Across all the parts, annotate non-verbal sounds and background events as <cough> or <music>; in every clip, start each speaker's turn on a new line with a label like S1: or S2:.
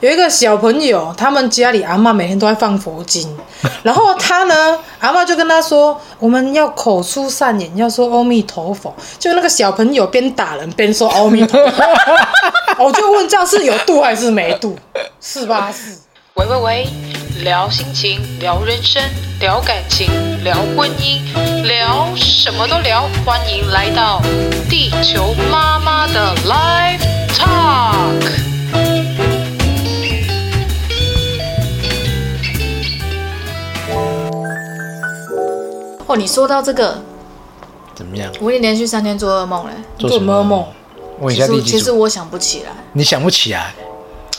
S1: 有一个小朋友，他们家里阿嬷每天都在放佛经，然后他呢， <laughs> 阿嬷就跟他说，我们要口出善言，要说阿弥陀佛。就那个小朋友边打人边说阿弥陀 <laughs> 佛，我就问这样是有度还是没度？四八四。
S2: 喂喂喂，聊心情，聊人生，聊感情，聊婚姻，聊什么都聊。欢迎来到地球妈妈的 Live Talk。
S3: 哦，你说到这个，
S4: 怎么样？
S3: 我已经连续三天做噩梦嘞。
S1: 做什么梦？？
S4: 问一
S3: 其
S4: 下第
S3: 实
S4: 几
S3: 其实
S4: 组？
S3: 我想不起来，
S4: 你想不起来？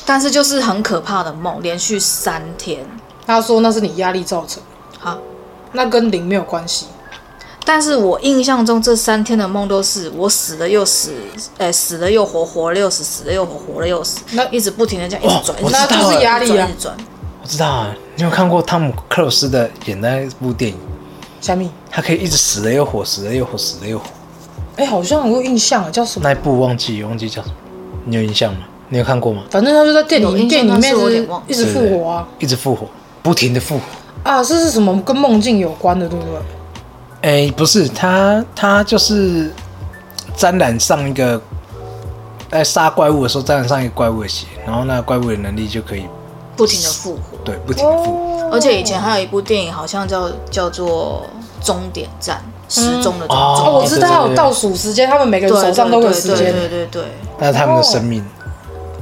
S3: 但是就是很可怕的梦，连续三天。
S1: 他说那是你压力造成，
S3: 好，
S1: 那跟灵没有关系。
S3: 但是我印象中这三天的梦都是我死了又死，哎、死了又活，活了又死，死了又活，活了又死，
S1: 那
S3: 一直不停的这样一直转，
S4: 哦我
S3: 一直
S4: 知道
S3: 转
S4: 了
S3: 一直转
S1: 那就是压力啊
S3: 一直转。
S4: 我知道啊，你有看过汤姆克鲁斯的演那部电影？
S1: 小米，
S4: 他可以一直死了又活，死了又活，死了又活。
S1: 哎、好像有印象，叫什么？
S4: 那一部忘记忘记叫什么？你有印象吗？你有看过吗？
S1: 反正他就在店
S3: 有
S1: 里
S3: 印象
S1: 店里面
S3: 但是我有
S1: 是
S3: 点忘
S1: 一直复活啊
S4: 一直复活，不停的复活。
S1: 啊！这是什么跟梦境有关的，对不对？
S4: 哎、不是，他他就是沾染上一个在杀怪物的时候沾染上一个怪物的血，然后那个怪物的能力就可以
S3: 不停的复活，
S4: 对不停的复
S1: 哦
S4: 活。
S3: 而且以前还有一部电影，好像叫叫做《终点站》，时钟的终
S4: 哦
S3: 终
S1: 哦，我知
S4: 对对
S1: 道
S4: 对
S1: 倒数时间，他们每个人
S3: 对
S1: 手上都有时
S3: 对
S1: 间。
S3: 对对对
S4: 那是他们的生命，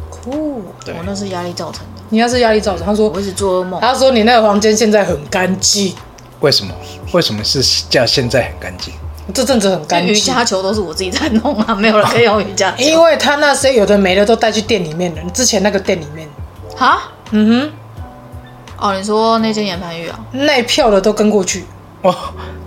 S1: 酷，
S3: 对，我那是压力造成的，
S1: 你要是压力造成，他说
S3: 我一直做噩梦。
S1: 他说你那个房间现在很干净，
S4: 为什么？为什么是叫现在很干净？
S1: 这阵子很
S3: 这
S1: 干
S3: 瑜
S1: 净。
S3: 伽球都是我自己在弄啊， <laughs> 没有人可以用瑜伽球。
S1: 因为他那些有的没的都带去店里面了，之前那个店里面，
S3: 啊，
S1: 嗯
S3: 哦，你说那间岩盘浴啊，
S1: 哼，那票的都跟过去。
S4: 哇，哦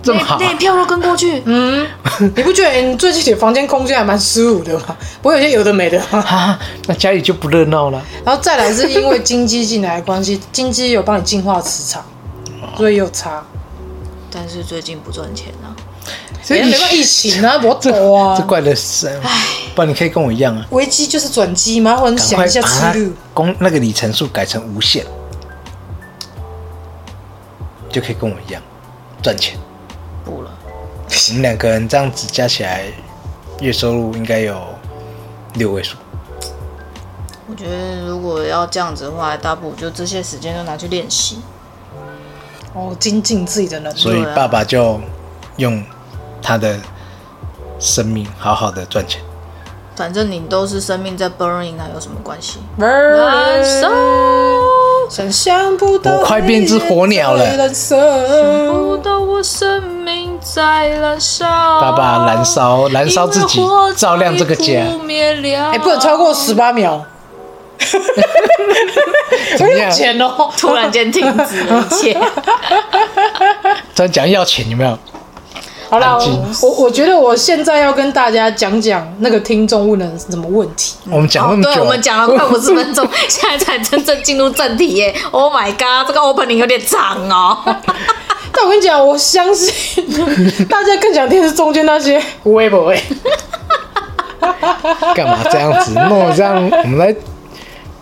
S4: 这么好、啊
S3: 那那票都跟过去，
S1: 嗯，你不觉得嗯你最近你房间空间还蛮舒服的吗？不会有些有的没的吗？
S4: 啊！那家里就不热闹了。
S1: 然后再来是因为金鸡进来的关系，金鸡有帮你净化磁场，
S4: 哦
S1: 所以有差。
S3: 但是最近不赚钱啊。
S4: 这
S1: 没哎没办法，疫情
S4: <laughs>
S1: 啊，我抖
S4: 这
S1: 啊，
S4: 怪的是，不然你可以跟我一样啊，
S1: 危机就是转机嘛，或者
S4: 赶
S1: 想
S4: 快
S1: 一下
S4: 把它
S1: 思路。
S4: 公那个里程数改成无限，就可以跟我一样赚钱。
S3: 不了，
S4: 你们两个人这样子加起来，月收入应该有六位数。
S1: 啊
S3: 我觉得如果要这样子的话，大不如就这些时间都拿去练习。
S1: 哦，精进自己的能力。
S4: 啊所以
S3: 对啊
S4: 爸爸就用他的生命好好的赚钱。
S3: 反正你都是生命在 burning 啊，有什么关系？
S1: 燃烧，
S3: 烧
S1: 想象不到。
S4: 我快变只火鸟了
S1: 燃烧，
S3: 不到我生命在燃烧，
S4: 爸爸燃烧燃烧自己
S3: 因为火早
S4: 照亮这个
S3: 已
S4: 家
S3: 扑灭了
S1: 哎，不能超过十八秒，
S4: 怎么样？
S1: 剪哦。
S3: <laughs> 突然间停止了一切。
S4: 突然讲要钱有没有？
S1: 好啦，
S4: 安静
S1: 我我我觉得我现在要跟大家讲讲那个听众问了什么问题。
S4: 我们讲那
S3: 哦、
S4: 么久，
S3: 对，我们讲了快五十分
S4: <laughs>
S3: 钟，现在才真正进入正题耶。Oh my god，这个 opening 有点长哦。
S1: 但我跟你讲，我相信 <laughs> 大家更想听是中间那些微博哎。
S4: 干嘛这样
S3: <laughs>
S4: 子？弄这样，我们来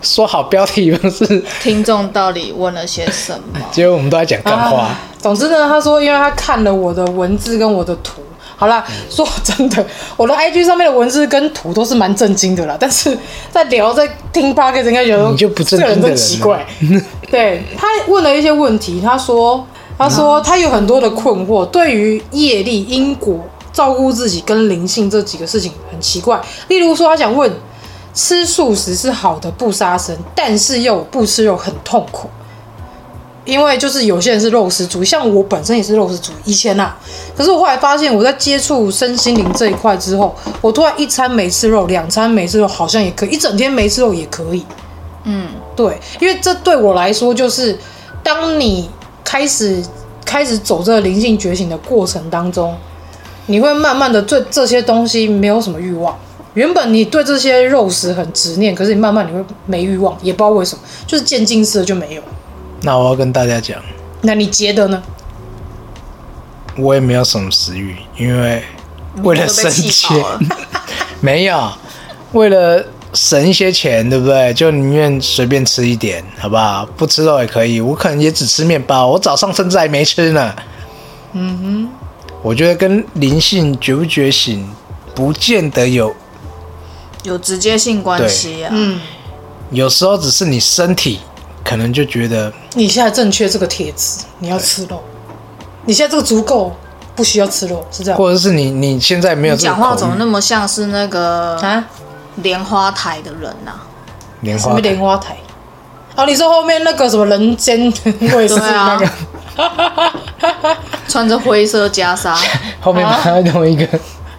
S4: 说好标题不是？
S3: 听众到底问了些什么？
S4: 结果我们都在讲 <laughs> 干话
S1: 啊。总之呢，他说因为他看了我的文字跟我的图。好啦，
S4: 嗯
S1: 说真的，我的 IG 上面的文字跟图都是蛮震惊的啦，但是在聊在听 p o d c a s 应该觉得
S4: 你就不
S1: 这
S4: 震
S1: 个
S4: 惊
S1: 人
S4: 的
S1: 真
S4: 人
S1: 奇
S4: <laughs>
S1: 怪。对他问了一些问题，他说他说
S4: 嗯
S1: 他有很多的困惑，对于业力、因果、照顾自己跟灵性这几个事情很奇怪。例如说，他想问吃素食是好的，不杀生，但是又不吃肉很痛苦。因为就是有些人是肉食主义，像我本身也是肉食主义，以前啊，可是我后来发现，我在接触身心灵这一块之后，我突然一餐没吃肉，两餐没吃肉，好像也可以，一整天没吃肉也可以。
S3: 嗯，
S1: 对，因为这对我来说，就是当你开始开始走这个灵性觉醒的过程当中，你会慢慢的对这些东西没有什么欲望。原本你对这些肉食很执念，可是你慢慢你会没欲望，也不知道为什么，就是渐进式的就没有。
S4: 那我要跟大家讲，
S1: 那你觉得呢？
S4: 我也没有什么食欲，因为为了
S3: 都
S4: 省钱
S3: 被气，
S4: <laughs> 没有，为了省一些钱，对不对？就宁愿随便吃一点，好不好？不吃肉也可以，我可能也只吃面包，我早上甚至还没吃呢。嗯哼，我觉得跟灵性觉不觉醒，不见得有，
S3: <laughs> 有直接性关系啊。
S1: 嗯，
S4: 有时候只是你身体可能就觉得
S1: 你现在正缺这个帖子，你要吃肉，你现在这个足够，不需要吃肉，是这样吗
S4: 或者是你你现在没有
S3: 你
S4: 这个
S3: 讲
S4: 口
S3: 话
S4: 欲
S3: 怎么那么像是那个
S1: 啊？
S3: 莲花台的人呐、啊？
S4: 莲
S1: 什
S4: 花
S1: 么
S4: 台
S1: 莲花台？哦，你说后面那个什么人间，我也是
S3: <laughs> 对
S1: 那
S3: 啊
S1: 个。
S3: 穿着灰色袈
S4: <laughs>
S3: 裟
S4: 后面还弄一个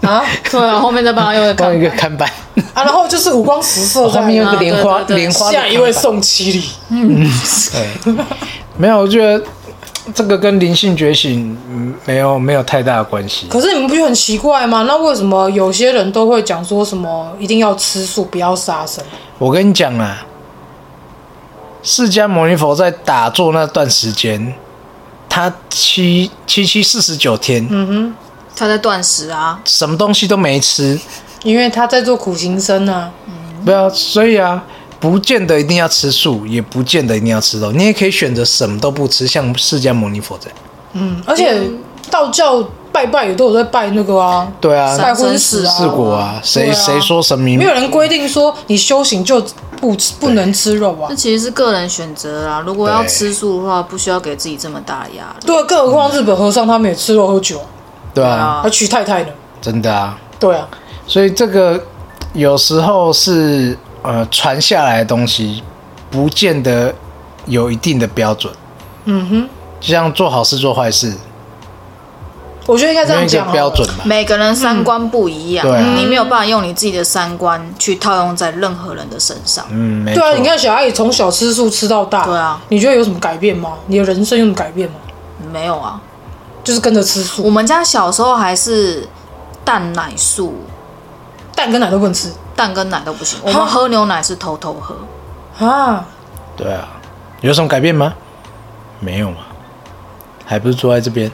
S1: 啊
S3: 对啊，后面再帮他用个
S4: 弄一
S3: 看板。
S4: 个看板，
S1: 啊，然后就是五光十色在
S4: 哦后面有
S3: 啊
S4: 个莲花
S3: 对对对
S4: 莲花的
S1: 下一位
S4: 看板
S1: 宋七里，
S4: 对，没有，我觉得这个跟灵性觉醒嗯没有没有太大的关系。
S1: 可是你们不觉得很奇怪吗？那为什么有些人都会讲说什么一定要吃素，不要杀生？
S4: 我跟你讲啊，释迦牟尼佛在打坐那段时间，他七七七四十九天，
S3: 嗯他在断食啊，
S4: 什么东西都没吃，
S1: 因为他在做苦行僧啊。
S4: 不要，所以啊。不见得一定要吃素，也不见得一定要吃肉，你也可以选择什么都不吃，像释迦牟尼佛这样。
S1: 嗯，而且道教拜拜也都有在拜那个啊，
S4: 对啊，
S1: 拜荤食啊，
S4: 是果啊，谁
S1: 对啊
S4: 谁说神明
S1: 没有人规定说你修行就不吃不能吃肉啊
S3: 这。其实是个人选择啦。如果要
S4: 对
S3: 吃素的话，不需要给自己这么大的压力。
S1: 对啊，更何况日本和尚他们也吃肉喝酒，
S4: 对啊，
S1: 还娶太太呢。
S4: 真的啊。
S1: 对啊，
S4: 所以这个有时候是呃传下来的东西，不见得有一定的标准。
S1: 嗯哼，
S4: 就像做好事做坏事，
S1: 我觉得应该这
S4: 没有
S1: 样
S4: 一个
S1: 讲好了啊
S4: 标准嘛。
S3: 每个人三观不一样，
S4: 嗯对啊
S3: 你没有办法用你自己的三观去套用在任何人的身上。
S4: 嗯，没
S1: 对啊，
S4: 错
S1: 你看小阿姨从小吃素吃到大，
S3: 对啊，
S1: 你觉得有什么改变吗？你的人生有什么改变吗？
S3: 没有啊，
S1: 就是跟着吃
S3: 我
S1: 素，
S3: 们家小时候还是蛋奶素，
S1: 蛋跟奶都不能吃
S3: 蛋跟奶都不行。我们喝牛奶是偷偷喝，
S1: 啊。
S4: 对啊，有什么改变吗？没有嘛，还不是坐在这边。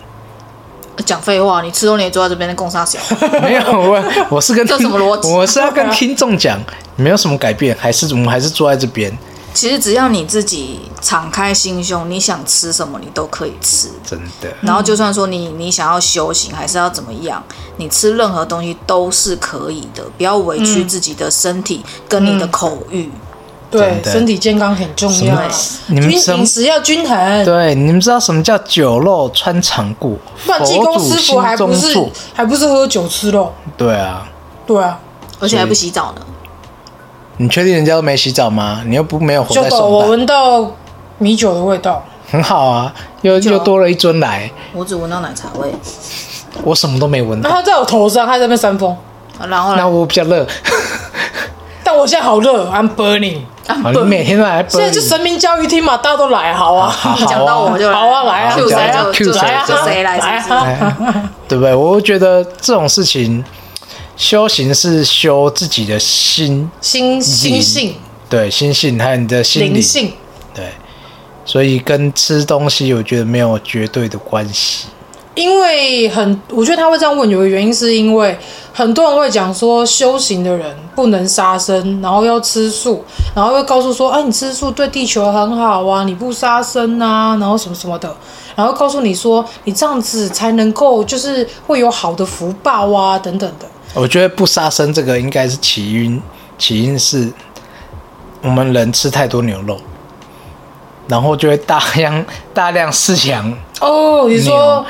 S3: 呃讲废话，你吃肉你也坐在这边供沙小，
S4: <laughs> 没有，我我是跟
S3: 这什么逻辑
S4: 我是要跟听众讲，没有什么改变，还是我们还是坐在这边，
S3: 其实只要你自己敞开心胸，你想吃什么你都可以吃。
S4: 真的。
S3: 然后就算说你你想要修行还是要怎么样，你吃任何东西都是可以的，不要委屈自己的身体跟你的口欲。
S1: 对
S4: 真，的
S1: 身体健康很重要啊，
S4: 你
S1: 均
S4: 们什么
S1: 饮食要均衡，
S4: 对，啊你们知道什么叫酒肉穿肠过？
S1: 不然济
S4: 佛
S1: 公
S4: 祖
S1: 师傅
S4: 心
S1: 还不
S4: 中
S1: 是
S4: 住。
S1: 还不是喝酒吃肉？
S4: 对啊，
S1: 对啊，
S3: 而且还不洗澡呢。
S4: 你确定人家都没洗澡吗？你又不没有活
S1: 就
S4: 在
S1: 抖我
S4: 送蛋，
S1: 闻到米酒的味道，
S4: 很好啊，又
S3: 酒
S4: 又多了一尊来，
S3: 我只闻到奶茶味，
S4: 我什么都没闻
S1: 然
S4: 到，
S1: 后在我头上，他在那边扇风，
S3: 啊然后
S4: 那
S3: 呢？
S4: 我比较热。
S1: 但我现在好热，I'm burning。
S4: <laughs> 好，你每天都来
S1: 啊现在就神明教育厅嘛，大家都来，好啊，
S4: 好啊
S3: 讲到我就
S1: 好啊，来啊，
S4: 好
S3: Q
S4: 讲
S3: 谁
S1: 来啊
S3: 就
S4: Q
S3: 就
S4: 谁
S3: 来啊
S4: 就
S3: 就谁来，
S1: 来
S3: 是不是？
S1: 啊，
S4: 哎对不对？我觉得这种事情，修行是修自己的心，
S1: 心心性
S4: 对心性还有你的心
S1: 灵
S4: 理，
S1: 性，
S4: 对，所以跟吃东西我觉得没有绝对的关系。
S1: 因为很，我觉得他会这样问，有个原因是因为很多人会讲说，修行的人不能杀生，然后要吃素，然后又告诉说，哎、你吃素对地球很好啊，你不杀生啊，然后什么什么的，然后告诉你说，你这样子才能够就是会有好的福报啊，等等的。
S4: 我觉得不杀生这个应该是起因，起因是我们人吃太多牛肉， <laughs> 然后就会大量大量饲养
S1: 哦，你
S4: 牛
S1: 说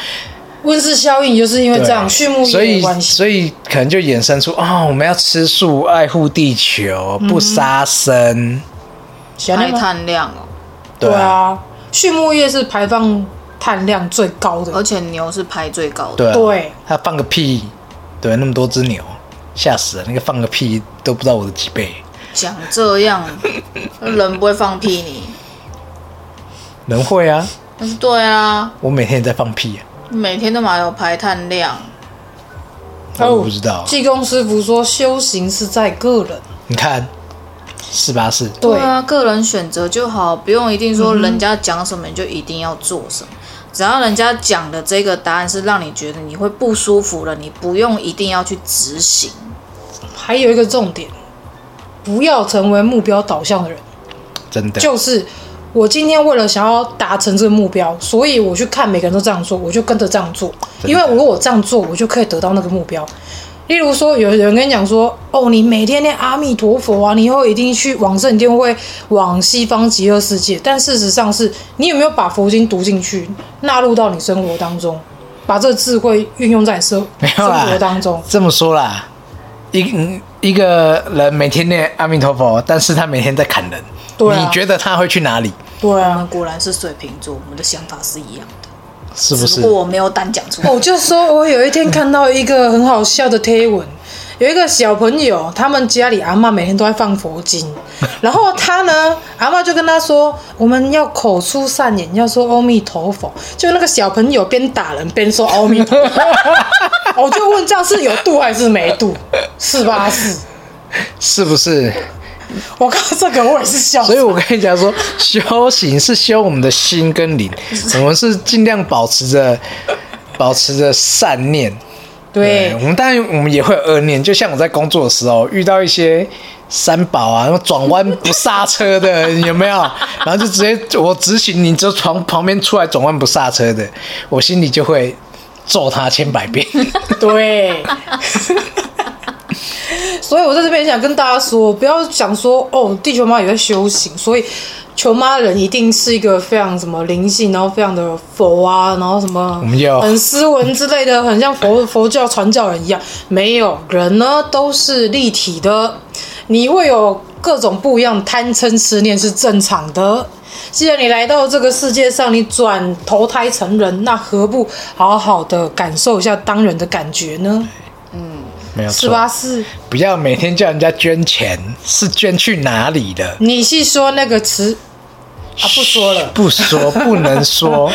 S1: 温室效应就是因为
S4: 对
S1: 这样畜牧
S4: 所
S1: 业的
S4: 以
S1: 关系，
S4: 所以可能就衍生出啊、我们要吃素，爱护地球，
S1: 嗯
S4: 不杀生，
S1: 小
S3: 排
S1: 亮吗
S3: 碳量哦，
S4: 对
S1: 对
S4: 啊，
S1: 啊，畜牧业是排放碳量最高的
S3: 而，且牛是排最高的。
S4: 对啊
S1: 对
S4: 他放个屁，对，那么多只牛，吓死了，那个放个屁都不知道我的几倍，
S3: 讲这样，人不会放屁你。
S4: 人会啊，
S3: 但是对啊，
S4: 我每天也在放屁、啊，
S3: 每天都嘛有排碳量，
S1: 哦
S4: 我不知道，啊
S1: 济公师傅说，修行是在个人，
S4: 你看，是吧？是，
S1: 对
S3: 啊，个人选择就好，不用一定说人家讲什么你就一定要做什么。只要人家讲的这个答案是让你觉得你会不舒服了，你不用一定要去执行。
S1: 还有一个重点，不要成为目标导向的人。
S4: 真的，
S1: 就是我今天为了想要达成这个目标，所以我去看每个人都这样做，我就跟着这样做。
S4: 真的
S1: 因为如果我这样做，我就可以得到那个目标。例如说，有有人跟你讲说，哦，你每天念阿弥陀佛啊，你以后一定去往生，一定会往西方极乐世界。但事实上是，你有没有把佛经读进去，纳入到你生活当中，把这个智慧运用在你生
S4: 没有
S1: 生
S4: 啦
S1: 活当中？
S4: 这么说啦，一嗯一个人每天念阿弥陀佛，但是他每天在砍人，
S1: 对啊
S4: 你觉得他会去哪里？
S1: 对
S3: 我
S1: 啊
S3: 们，果然是水瓶座，我们的想法是一样的，
S4: 是不
S3: 只
S4: 是
S3: 不？过我没有单讲
S1: <laughs>
S3: 出来。
S1: 哦我就说，我有一天看到一个很好笑的贴文，有一个小朋友，他们家里阿嬷每天都在放佛经，
S4: <laughs>
S1: 然后他呢，阿嬷就跟他说，我们要口出善言，要说阿弥陀佛。就那个小朋友边打人边说阿弥陀
S4: <laughs>
S1: 佛，我就问这样是有度还是没度？是吧？是。
S4: 是不是？
S1: 我看到这个我也是笑死
S4: 所以。我跟你讲说，修行是修我们的心
S1: <laughs>
S4: 跟灵，我们是尽量保持着保持着善念。
S1: 对
S4: 我，们当然我们也会有恶念，就像我在工作的时候遇到一些三宝啊，那种转弯不刹
S1: <laughs>
S4: 车的，有没有？然后就直接我执行，你就从旁边出来转弯不刹车的，我心里就会揍他千百
S1: <laughs>
S4: 遍。
S1: 对。所以我在这边想跟大家说，不要想说哦，地球妈也在修行，所以球妈人一定是一个非常什么灵性，然后非常的佛啊，然后什么
S4: 我们要
S1: 很斯文之类的，很像佛佛教传教人一样。没有人呢都是立体的，你会有各种不一样的贪嗔痴念是正常的。既然你来到这个世界上，你转投胎成人，那何不好好的感受一下当人的感觉呢？
S4: 没有错，
S1: 是吧？？是。
S4: 不要每天叫人家捐钱，是捐去哪里的？
S1: 你是说那个词啊？不说了，
S4: 不说，不
S1: <laughs>
S4: 能说，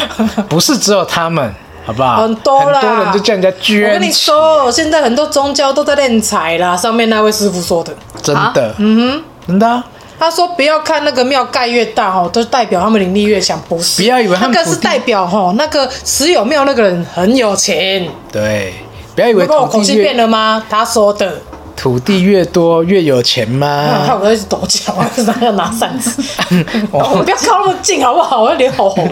S4: 不是只有他们，好不好？
S1: 很多啦，
S4: 啊很多人就叫人家捐，
S1: 我跟你说，现在很多宗教都在敛财啦。上面那位师傅说的，
S4: 真的，嗯哼，真的啊、
S1: 他说不要看那个庙盖越大哦，都代表他们灵力越强，不是？
S4: 不要以为他们
S1: 那个是
S4: 土地
S1: 代表哦，那个持有庙那个人很有钱。
S4: 对，不要以为
S1: 不过我
S4: 土
S1: 口
S4: 地
S1: 气变
S4: 越
S1: 了吗？他说的，
S4: 土地越多越有钱
S1: 啊、 <laughs>
S4: 吗？
S1: 看我一直抖脚，我一直要拿扇子。我
S4: <laughs> 哦，
S1: 不要靠那么近好不好？我脸好
S4: <laughs>
S1: 红，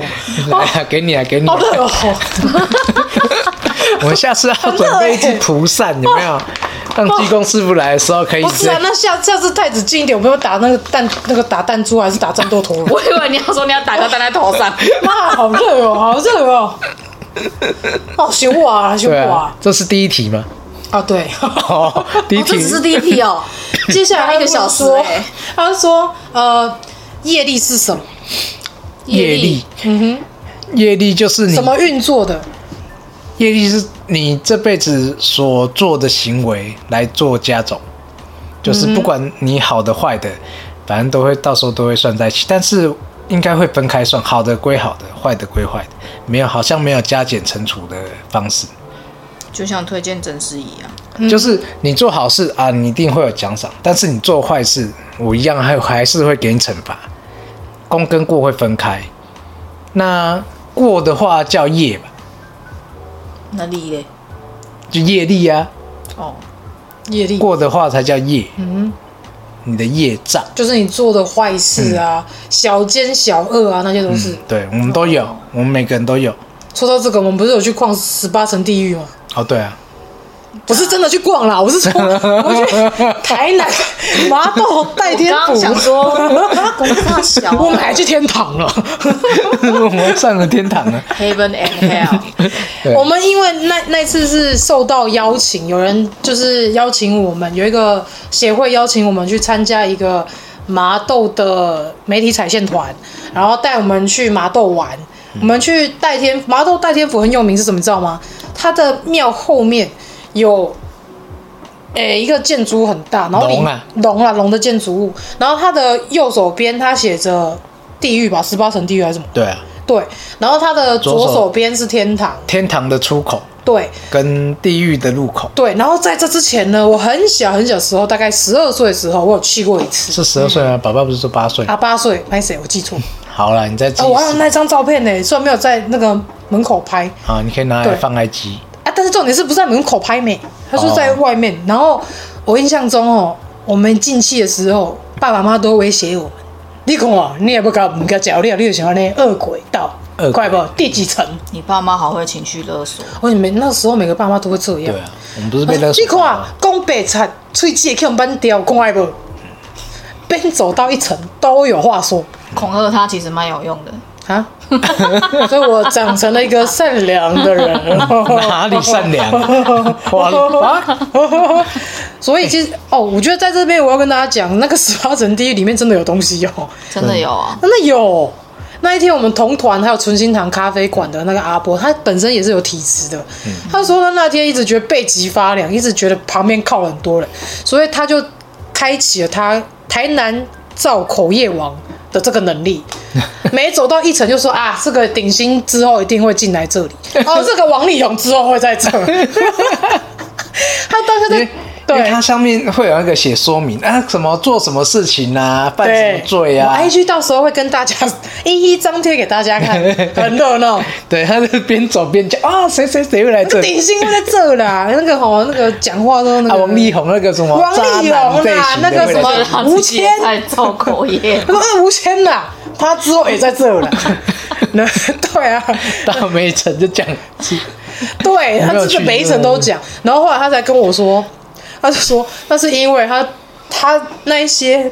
S4: 来啊给你啊，给你啊
S1: 好！热哦。
S4: 我们下次要准备一只蒲扇，有没有？让济公师傅来的时候可以
S1: 不
S4: 直
S1: 是啊
S4: 接，。
S1: 那下下次太子近一点，我们要打那个弹那个打弹珠还是打战斗陀螺？
S3: 我以为你要说你要打个蛋在头上，
S1: <laughs> 妈，好热哦，好热哦！哦，熊我啊，熊
S4: 对
S1: 我
S4: 啊
S1: 啊！，
S4: 这是第一题吗？
S1: 啊，对。
S4: 哦，第一
S3: <laughs> 这
S4: 题
S3: 只是第一题哦。
S1: 接下来
S3: 一个小时
S1: 说
S3: 欸，
S1: 他说呃，业力是什么？
S4: 业力，嗯哼，业力就是你
S1: 怎么运作的？
S4: 业力是你这辈子所做的行为来做加总，就是不管你好的坏的，反正都会到时候都会算在一起，但是应该会分开算，好的归好的，坏的归坏的，没有好像没有加减乘除的方式，
S3: 就像推荐真师一样，
S4: 就是你做好事啊，你一定会有奖赏，但是你做坏事，我一样还还是会给你惩罚，功跟过会分开，那过的话叫业吧，
S3: 那力嘞？
S4: 就业力啊，
S3: 哦，
S1: 业力
S4: 过的话才叫业，
S1: 嗯
S4: 你的业障，
S1: 就是你做的坏事啊，小奸小恶啊，那些都是。
S4: 嗯对，我们都有，我们每个人都有。
S1: 说到这个，我们不是有去逛十八层地狱吗？ <laughs>
S4: 哦，对啊，
S1: 我是真的去逛啦，我是说我去台南麻豆代天
S3: 刚刚想
S1: 府，
S3: 说，公司大
S1: <laughs>
S3: 小啊
S1: 我买去天堂了。
S4: 我们上了天堂了。
S3: Heaven and Hell，
S4: 对啊
S1: 我们因为那那次是受到邀请，有人就是邀请我们，有一个协会邀请我们去参加一个麻豆的媒体踩线团，然后带我们去麻豆玩。我们去代天麻豆代天府很有名，是怎么知道吗？它的庙后面有。诶、一个建筑很大，然后里
S4: 龙啊
S1: 龙啊龙的建筑物，然后它的右手边它写着地狱吧，十八层地狱还是什么？
S4: 对啊，
S1: 对，然后它的
S4: 左手
S1: 左手边是天堂，
S4: 天堂的出口
S1: 对，
S4: 跟地狱的入口
S1: 对，然后在这之前呢，我很小很小时候，大概十二岁的时候，我有去过一次。
S4: 是十二岁吗？宝宝不是说八岁？
S1: 嗯啊，八岁，拍谁？我记
S4: <laughs>
S1: 错了。
S4: 好了，你再记
S1: 啊，
S4: 一
S1: 我还有
S4: 次
S1: 那张照片呢，虽然没有在那个门口拍
S4: 啊，你可以拿来
S1: 对
S4: 放 IG。
S1: 啊，但是重点是不是在门口拍没？他说在
S4: 哦
S1: 外面。然后我印象中哦，我们进去的时候，爸爸妈妈都威胁我们：“你看哦，你也不搞不搞脚料，你就想要那恶鬼道
S4: 恶鬼，
S1: 快不？第几层
S3: 你爸妈好会情绪勒索，？”
S1: 我说你们那时候每个爸妈都会这样
S4: 对。啊，我们不是被勒索
S1: 哦你看啊
S4: 到吗？，
S1: 讲白贼，喙齿会去人扳掉，讲爱无？边走到一层都有话说
S3: 恐吓他其实蛮有用的。
S1: 啊！ <laughs> 所以我长成了一个善良的人。哦
S4: 哪里善良？啊
S1: <laughs>
S4: 哇啊！
S1: 所以其实哦，我觉得在这边我要跟大家讲，那个十八层地狱里面真的有东西哦，
S3: 真的有啊，
S1: 真的有。那一天我们同团还有纯心堂咖啡馆的那个阿伯，他本身也是有体质的。
S4: 嗯
S1: 他说他那天一直觉得背脊发凉，一直觉得旁边靠了很多人，所以他就开启了他台南造口业王的这个能
S4: <laughs>
S1: 力。每走到一层就说啊，这个顶新之后一定会进来这
S4: <laughs>
S1: 里，哦，这个王力宏之后会在这。他当时在
S4: 因为因为
S1: 对
S4: 哎它上面会有那个写说明啊，什么做什么事情啊，犯什么罪啊
S1: 我，IG 到时候会跟大家 <laughs> 一一张贴给大家
S4: <laughs>
S1: 看，很热闹。
S4: 对，他就边走边叫啊，谁谁谁会来这里
S1: 顶薪会在这啦，那个吼，那个讲话都那
S4: 啊？
S1: 个
S4: 王力宏那个什么
S1: 王力宏啦
S4: 渣男类型的
S1: 那个
S4: 会来
S1: 什么
S4: 这
S3: 对他自
S4: 里
S3: 己也在造口业
S1: 他，说哎吴谦啦，他之后也在这
S4: <laughs>
S1: 啦。那对啊，
S4: 大美城就讲， <laughs>
S1: 对他
S4: 没有
S1: 真的
S4: 去
S1: 每一层都讲，然后后来他才跟我说，他就说那是因为他他那一些。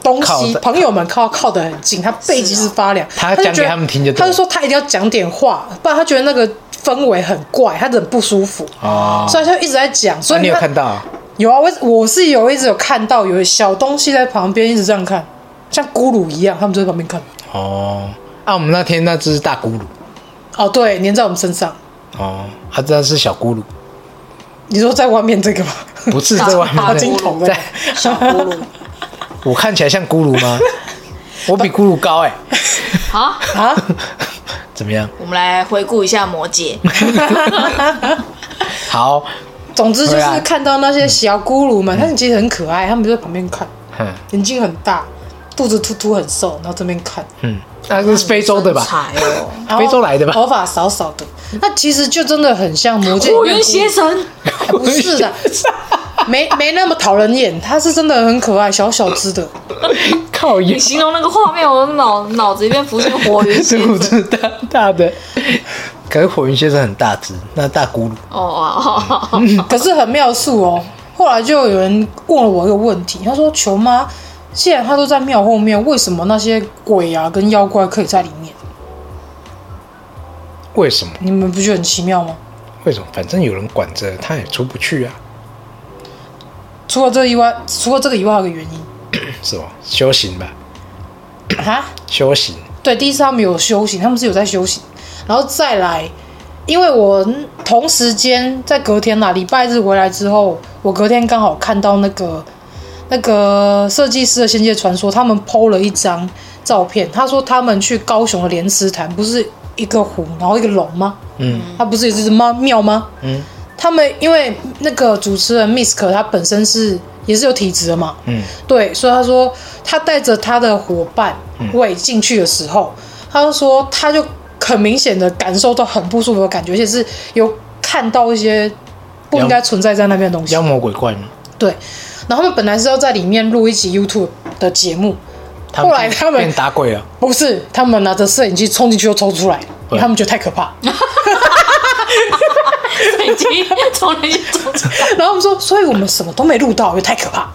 S1: 东
S4: 靠
S1: 西
S4: 得
S1: 朋友们靠靠得很近，他背脊是发凉。
S4: 他
S1: 就
S4: 讲
S1: 觉
S4: 给
S1: 得
S4: 他们听就对
S1: 他
S4: 了
S1: 就说他一定要讲点话，不然他觉得那个氛围很怪，他很不舒服，
S4: 哦
S1: 所以他就一直在讲。所
S4: 啊
S1: 以
S4: 你有
S1: 他
S4: 看到啊？
S1: 有啊，我我是有一直有看到有小东西在旁边一直这样看，像咕噜一样，他们就在旁边看。
S4: 哦，啊，我们那天那只是大咕噜
S1: 哦，对，粘在我们身上。
S4: 哦，啊，这是小咕噜，
S1: 你说在外面这个
S4: <laughs>
S1: 吗？
S4: 不是这外面
S1: 大
S4: 的
S1: 金童的
S4: 在，
S3: 小葫芦
S4: 我看起来像咕噜
S1: <laughs>
S4: 吗？我比咕噜高哎、 <laughs>
S3: 好，
S1: 啊？
S4: 怎么样？
S3: 我们来回顾一下魔戒，
S4: 好，
S1: 总之就
S4: 对啊
S1: 是看到那些小咕噜们，他们其实很可爱，他们就在旁边看，
S4: 嗯
S1: 眼睛很大，肚子突突很瘦，然后这边看，
S4: 嗯，那是非洲的吧？
S3: 才哦，
S1: 然后
S4: 非洲来的吧
S1: 头发少少的，那其实就真的很像
S4: <laughs>
S1: 魔界里
S3: 火
S1: 面
S3: 云
S1: 的
S3: 邪神，
S1: 咕噜，不是的，没没那么讨人厌，他是真的很可爱，小小只的。
S4: 靠腰
S3: 你，形容那个画面，我的脑脑子里面浮现火云邪
S4: 肚
S3: 神。
S4: 子大大的。 <laughs> 可是火云先生很大只，那大咕噜
S3: 哦哦哦，
S4: 嗯
S1: 可是很妙数哦。后来就有人问了我一个问题，他说：“球妈，既然他都在庙后面，为什么那些鬼啊跟妖怪可以在里面？
S4: 为什么？
S1: 你们不觉得很奇妙吗？
S4: 为什么？反正有人管着，他也出不去啊，
S1: 除了这以外，除了这个以外，还有个原因
S4: 是吧？修行吧，
S1: 啊。
S4: 修行。
S1: 对，第一是他们有修行，他们是有在修行，然后再来，因为我同时间在隔天啦，礼拜日回来之后，我隔天刚好看到那个那个设计师的《仙界传说》，他们 PO 了一张照片，他说他们去高雄的莲池潭，不是一个湖，然后一个龙吗？
S4: 嗯，
S1: 它不是也是吗庙吗？
S4: 嗯，
S1: 他们因为那个主持人 Misk 他本身是也是有体质的嘛，
S4: 嗯，
S1: 对，所以他说他带着他的伙伴
S4: 嗯
S1: 喂进去的时候，他就说他就很明显的感受到很不舒服的感觉，而且是有看到一些不应该存在在那边的东西
S4: 妖。魔鬼怪吗？
S1: 对，然后他们本来是要在里面录一集 YouTube 的节目，
S4: 他们
S1: 后来他们
S4: 变打鬼了，
S1: 不是他们拿着摄影机冲进去又抽出来
S4: 对， <laughs>
S1: 他们觉得太可怕。
S3: 已经从那去
S1: 然后我们说，所以我们什么都没录到，因为太可怕。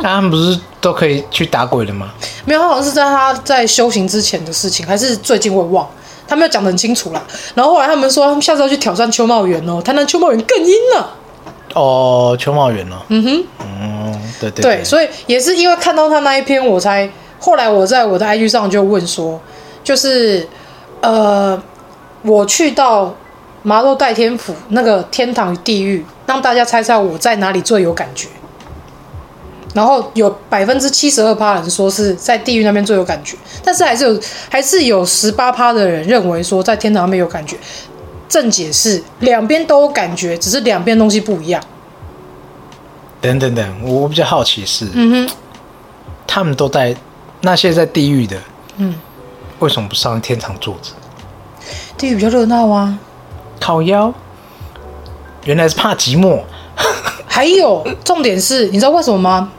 S4: 那他们不是都可以去打鬼的吗？
S1: 没有，他好像是在他在修行之前的事情，还是最近我也忘了。他没有讲得很清楚啦。然后后来他们说，他们下次要去挑战秋茂园哦，台南秋茂园更阴了。
S4: 哦，邱茂元哦，
S1: 嗯哼，
S4: 嗯，对对
S1: 对，所以也是因为看到他那一篇，我才后来我在我的 IG 上就问说，就是呃，我去到麻豆代天府那个天堂与地狱，让大家猜猜我在哪里最有感觉。然后有百分之七十二趴人说是在地狱那边最有感觉，但是还是有还是有十八趴的人认为说在天堂那边有感觉。正解是两边都有感觉，只是两边东西不一样。
S4: 等等等，我我比较好奇是，
S1: 嗯哼，
S4: 他们都在那些在地狱的，
S1: 嗯，
S4: 为什么不上天堂坐着
S1: 地狱比较热闹啊。
S4: 靠腰？原来是怕寂寞，
S1: 还有重点是，你知道为什么吗？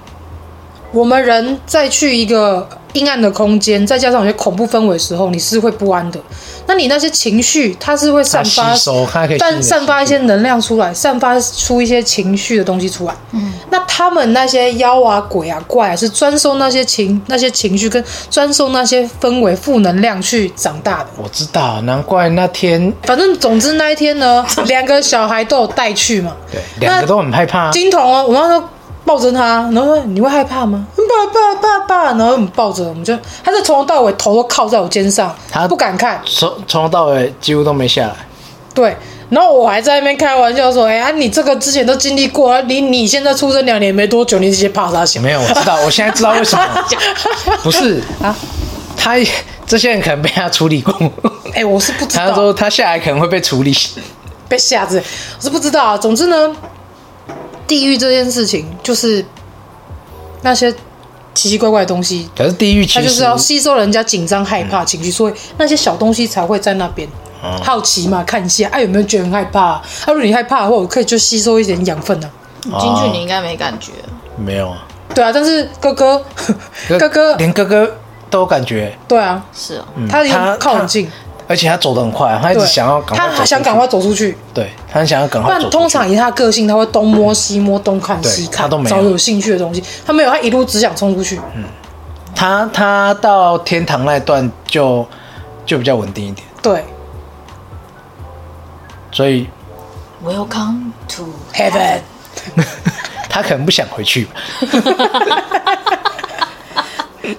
S1: 我们人再去一个阴暗的空间，再加上有些恐怖氛围的时候，你是会不安的。那你那些情绪，它是会散发
S4: 它吸收它可以吸你的
S1: 但散发一
S4: 情绪
S1: 些能量出来，散发出一些情绪的东西出来。嗯，那他们那些妖啊、鬼啊、怪啊，是专收那些情、那些情绪跟专收那些氛围、负能量去长大的。
S4: 我知道，难怪那天
S1: 反正总之那一天呢，两个小孩都有带去嘛。
S4: 对两个都很害怕，
S1: 金童哦，我妈说抱着他，然后说你会害怕吗？爸爸爸爸，然后我们抱着，我们就，他就从头到尾头都靠在我肩上，
S4: 他
S1: 不敢看，
S4: 从从头到尾几乎都没下来。
S1: 对。然后我还在那边开玩笑说：“哎、啊，你这个之前都经历过，啊你你现在出生两年没多久，你直接怕他行
S4: 没有，我知道，我现在知道为什么，不是
S1: 啊，
S4: 他这些人可能被他处理过，
S1: 哎、我是不知道。
S4: 他说他下来可能会被处理。
S1: 被吓着，我是不知道啊。总之呢，地狱这件事情就是那些奇奇怪怪的东西，
S4: 可是地狱
S1: 它
S4: 其
S1: 就是
S4: 实嗯
S1: 要吸收人家紧张、害怕情绪，所以那些小东西才会在那边。
S4: 哦
S1: 好奇嘛，看一下，哎、有没有觉得很害怕、啊？如果你害怕的话，我可以就吸收一点养分啊。
S3: 你进去你应该没感觉，
S4: 没有啊，
S1: 对啊，但是哥哥， <laughs> 哥哥，
S4: 连哥哥都有感觉，
S1: 对啊，
S3: 是哦，
S1: 他有
S4: 他
S1: 靠很近，
S4: 而且他走得很快，他一
S1: 对，
S4: 直想要赶快走出
S1: 他
S4: 去
S1: 想赶快，走出去，
S4: 对他很想要赶
S1: 不
S4: 快走
S1: 然
S4: 出去。
S1: 通常以他的个性，他会东摸西摸，东看
S4: 对
S1: 西
S4: 他
S1: 看
S4: 都，没有嗯
S1: 找有兴趣的东西。他没有，他一路只想冲出去。
S4: 他他到天堂那段就就比较稳定一点，
S1: 对
S4: 所以
S3: Welcome to
S1: ，Heaven，
S4: 他可能不想回去吧。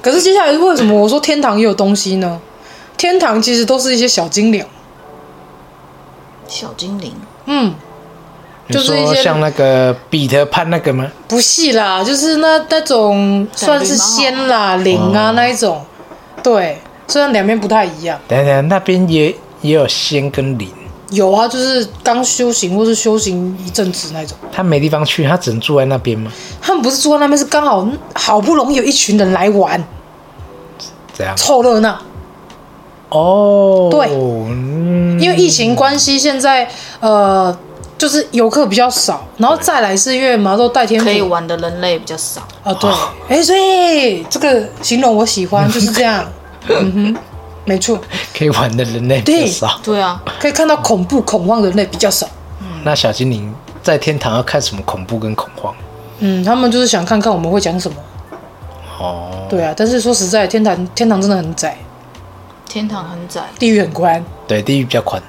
S1: 可是接下来为什么我说天堂也有东西呢？天堂其实都是一些小精灵，
S3: 小精灵，
S1: 嗯，就是
S4: 你
S1: 一
S4: 说
S1: 些
S4: 像那个彼得潘那个吗？
S1: 不细啦，就是那那种算是仙啦、灵啊那一种，对，虽然两边不太一样，
S4: 等一下等一下，那边也也有仙跟灵，
S1: 有啊，就是刚修行或是修行一阵子那种。
S4: 他没地方去，他只能住在那边吗？
S1: 他们不是住在那边，是刚好嗯好不容易有一群人来玩，
S4: 这样
S1: 凑热闹。
S4: 哦，
S1: 对
S4: 嗯
S1: 因为疫情关系，现在呃就是游客比较少，然后再来是因为麻豆代天
S3: 可以
S1: 府
S3: 玩的人类比较少，
S1: 啊，对，哎、所以这个形容我喜欢，就是这样，嗯哼，没错，
S4: 可以玩的人类比较少。
S3: 对啊，
S1: 可以看到恐怖恐慌的人类比较少，
S4: 那小精灵在天堂要看什么恐怖跟恐慌？
S1: 嗯，他们就是想看看我们会讲什么，
S4: 哦，
S1: 对啊，但是说实在，天堂天堂真的很窄，
S3: 天堂很窄，
S1: 地狱很宽，
S4: 对，地狱比较宽。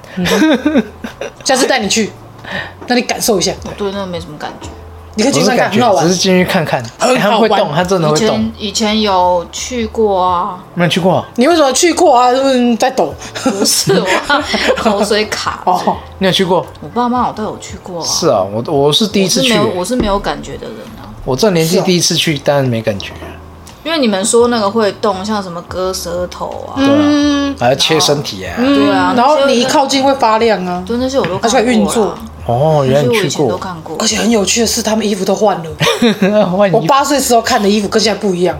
S1: 下次带你
S4: <laughs>
S1: 去，让你感受一下，
S3: 我对那个没什么感觉。
S1: 你可以
S4: 不
S1: 去
S4: 是
S1: 看看，
S4: 感
S1: 很好
S4: 觉，
S1: 玩
S4: 只是，进去看看，
S1: 很
S4: 哎他
S1: 好
S4: 会
S1: 玩
S4: 动，他真的
S3: 以
S4: 会动
S3: 前。以前有去过
S4: <laughs>
S3: 啊，
S4: 没有去过，
S1: 你为什么去过啊？嗯，在抖，
S3: 不是我口水卡。
S1: 哦，
S4: 你有去过？
S3: 我爸妈我都有去过啊，
S4: 是啊，我我是第一
S3: 我
S4: 次
S3: 是
S4: 去
S3: 没有
S4: 欸，
S3: 我是没有感觉的人啊。
S4: 我这年纪
S1: 是哦
S4: 第一次去，当然没感觉，啊
S3: 因为你们说那个会动，像什么割舌头啊，
S4: 对啊，
S1: 嗯，
S4: 还要切身体啊。
S3: 对啊，
S1: <laughs> 然后你一
S3: 那些
S1: 靠近会发亮啊，
S3: 对那些我都
S1: 而
S3: 看
S1: 且
S3: 过
S1: 还
S3: 啦
S1: 运作，
S3: 那
S4: 哦，原
S3: 些
S4: 来
S3: 我
S4: 你
S3: 以
S4: 去
S3: 前都
S4: 过，
S3: 看过
S1: 而。且很有趣的是，他们衣服都换了。
S4: <laughs> 换
S1: 我
S4: 衣服
S1: 八岁时候看的衣服跟现在不一样。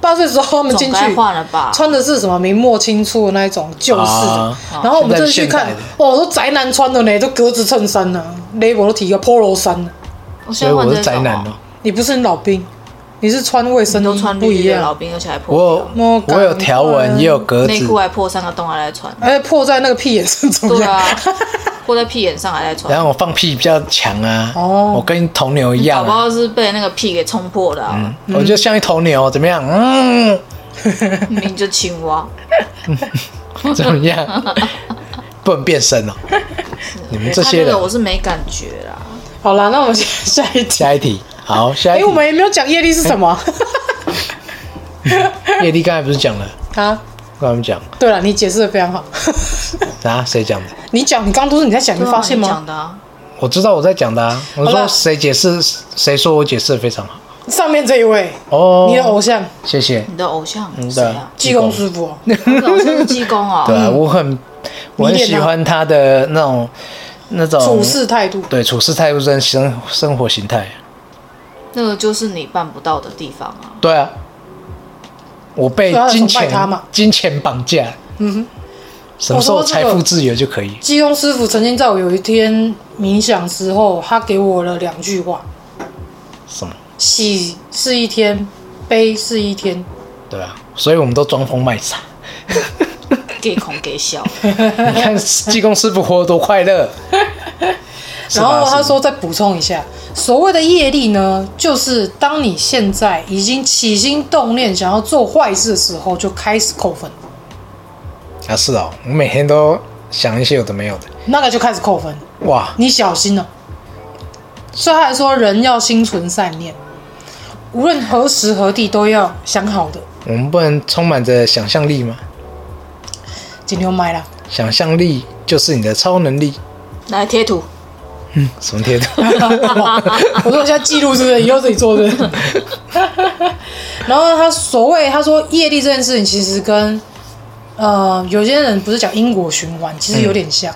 S1: 八岁时候他们进去
S3: 总该换了吧
S1: 穿的是什么明末清初的那一种旧式的
S4: 啊，
S1: 然后我们
S4: 现在
S1: 这
S4: 是
S1: 次去
S4: 现
S1: 看
S4: 代的，
S1: 哦，都宅男穿的呢，都格子衬衫呢 l a b e l 都提个 polo 衫。
S3: 我
S4: 所
S3: 现
S4: 以
S3: 在换
S4: 我是
S3: 这
S4: 宅
S3: 种
S4: 男
S3: 啊
S4: 哦。
S1: 你不是老兵，你是穿卫生
S3: 你
S1: 衣
S3: 都穿
S1: 不
S3: 绿
S1: 一
S3: 衣的老
S1: 样，
S3: 兵，而且还
S4: 我
S3: 破
S4: 有
S1: 那赶快
S4: 我有条纹，也有格子
S3: 啊
S1: 哎
S3: 内，裤还破三个洞还来穿。
S1: 而且破在那个屁眼上怎么
S3: 对
S1: 样？
S3: 啊，或在屁眼上还在传。
S4: 然后我放屁比较强啊，
S1: 哦
S4: 我跟头牛一
S3: 你搞
S4: 样
S3: 不
S4: 啊、嗯
S3: 好是被那个屁给冲破
S1: 嗯
S3: 了、啊，
S4: 我就像一头牛，怎么样？
S3: <laughs>
S4: 嗯，
S3: 你就青蛙。
S4: 怎么样？不能变身哦，你们这些
S3: 哎他
S4: 人
S3: 个。我是没感觉啦。
S1: 好啦，那我们下一题。
S4: 下一题，好，下
S1: 哎、
S4: 一题
S1: 我。们也没有讲业力是什么
S4: 叶丽刚才不是讲了，
S3: 哎
S1: <laughs> 啊？
S4: 跟他们讲
S1: 对了，你解释的非常好。 <laughs>
S4: 啊，谁讲的？
S1: 你讲，你刚都是你在讲，你
S3: 对啊
S1: 发现
S3: 你
S1: 吗
S3: 讲？的啊，
S4: 我知道我在讲的啊，我
S1: 好
S4: 说
S1: 了
S4: 谁解释，谁说我解释的非常好
S1: 上面这一位，
S4: 哦。
S1: 你的偶像
S4: 谢谢，
S3: 你的偶像
S1: 嗯
S4: 你
S3: 谁
S4: 的
S3: 啊？
S1: 济公嗯师傅哦，
S3: 你的偶像是济公
S4: <laughs>
S3: 哦。
S4: 对啊，我很我很
S1: 迷恋
S4: 喜
S1: 他
S4: 欢他的那种那
S3: 哦
S4: 种
S1: 啊处事态度。
S4: 对处事态度跟生生活形态。
S3: 那个就是你办不到的地方啊。
S4: 对啊，我被
S1: 所以他
S4: 金
S1: 崇拜
S4: 钱
S1: 他嘛
S4: 金钱绑架。嗯哼，什么时候
S1: 我说这
S4: 财
S1: 个
S4: 富自由就可以？
S1: 济公师傅曾经在我有一天冥想之后，他给我了两句话：
S4: 什么？
S1: 喜是一天，悲是一天。
S4: 对啊，所以我们都装疯
S1: <laughs>
S4: 卖傻。
S3: 给孔给笑，
S4: 你看济公师傅活得多
S1: <laughs>
S4: 快乐。是
S1: 然
S4: 吧
S1: 后他，说再补充一下，所谓的业力呢，就是当你现在已经起心动念想要做坏事的时候，就开始扣分，
S4: 是啊是哦，我每天都想一些有的没有的。
S1: 那个就开始扣分，
S4: 哇，
S1: 你小心了。所以他还说，人要心存善念，无论何时何地都要想好的。
S4: 我们不能充满着想象力吗？
S1: 今天麦啦，
S4: 想象力就是你的超能力。
S3: 来贴图，
S4: 什么贴
S3: <laughs>
S4: 图？
S1: 我说我现在记录是不是？以后自己做的。然后他所谓他说业力这件事情，其实跟呃有些人不是讲因果循环，其实有点像。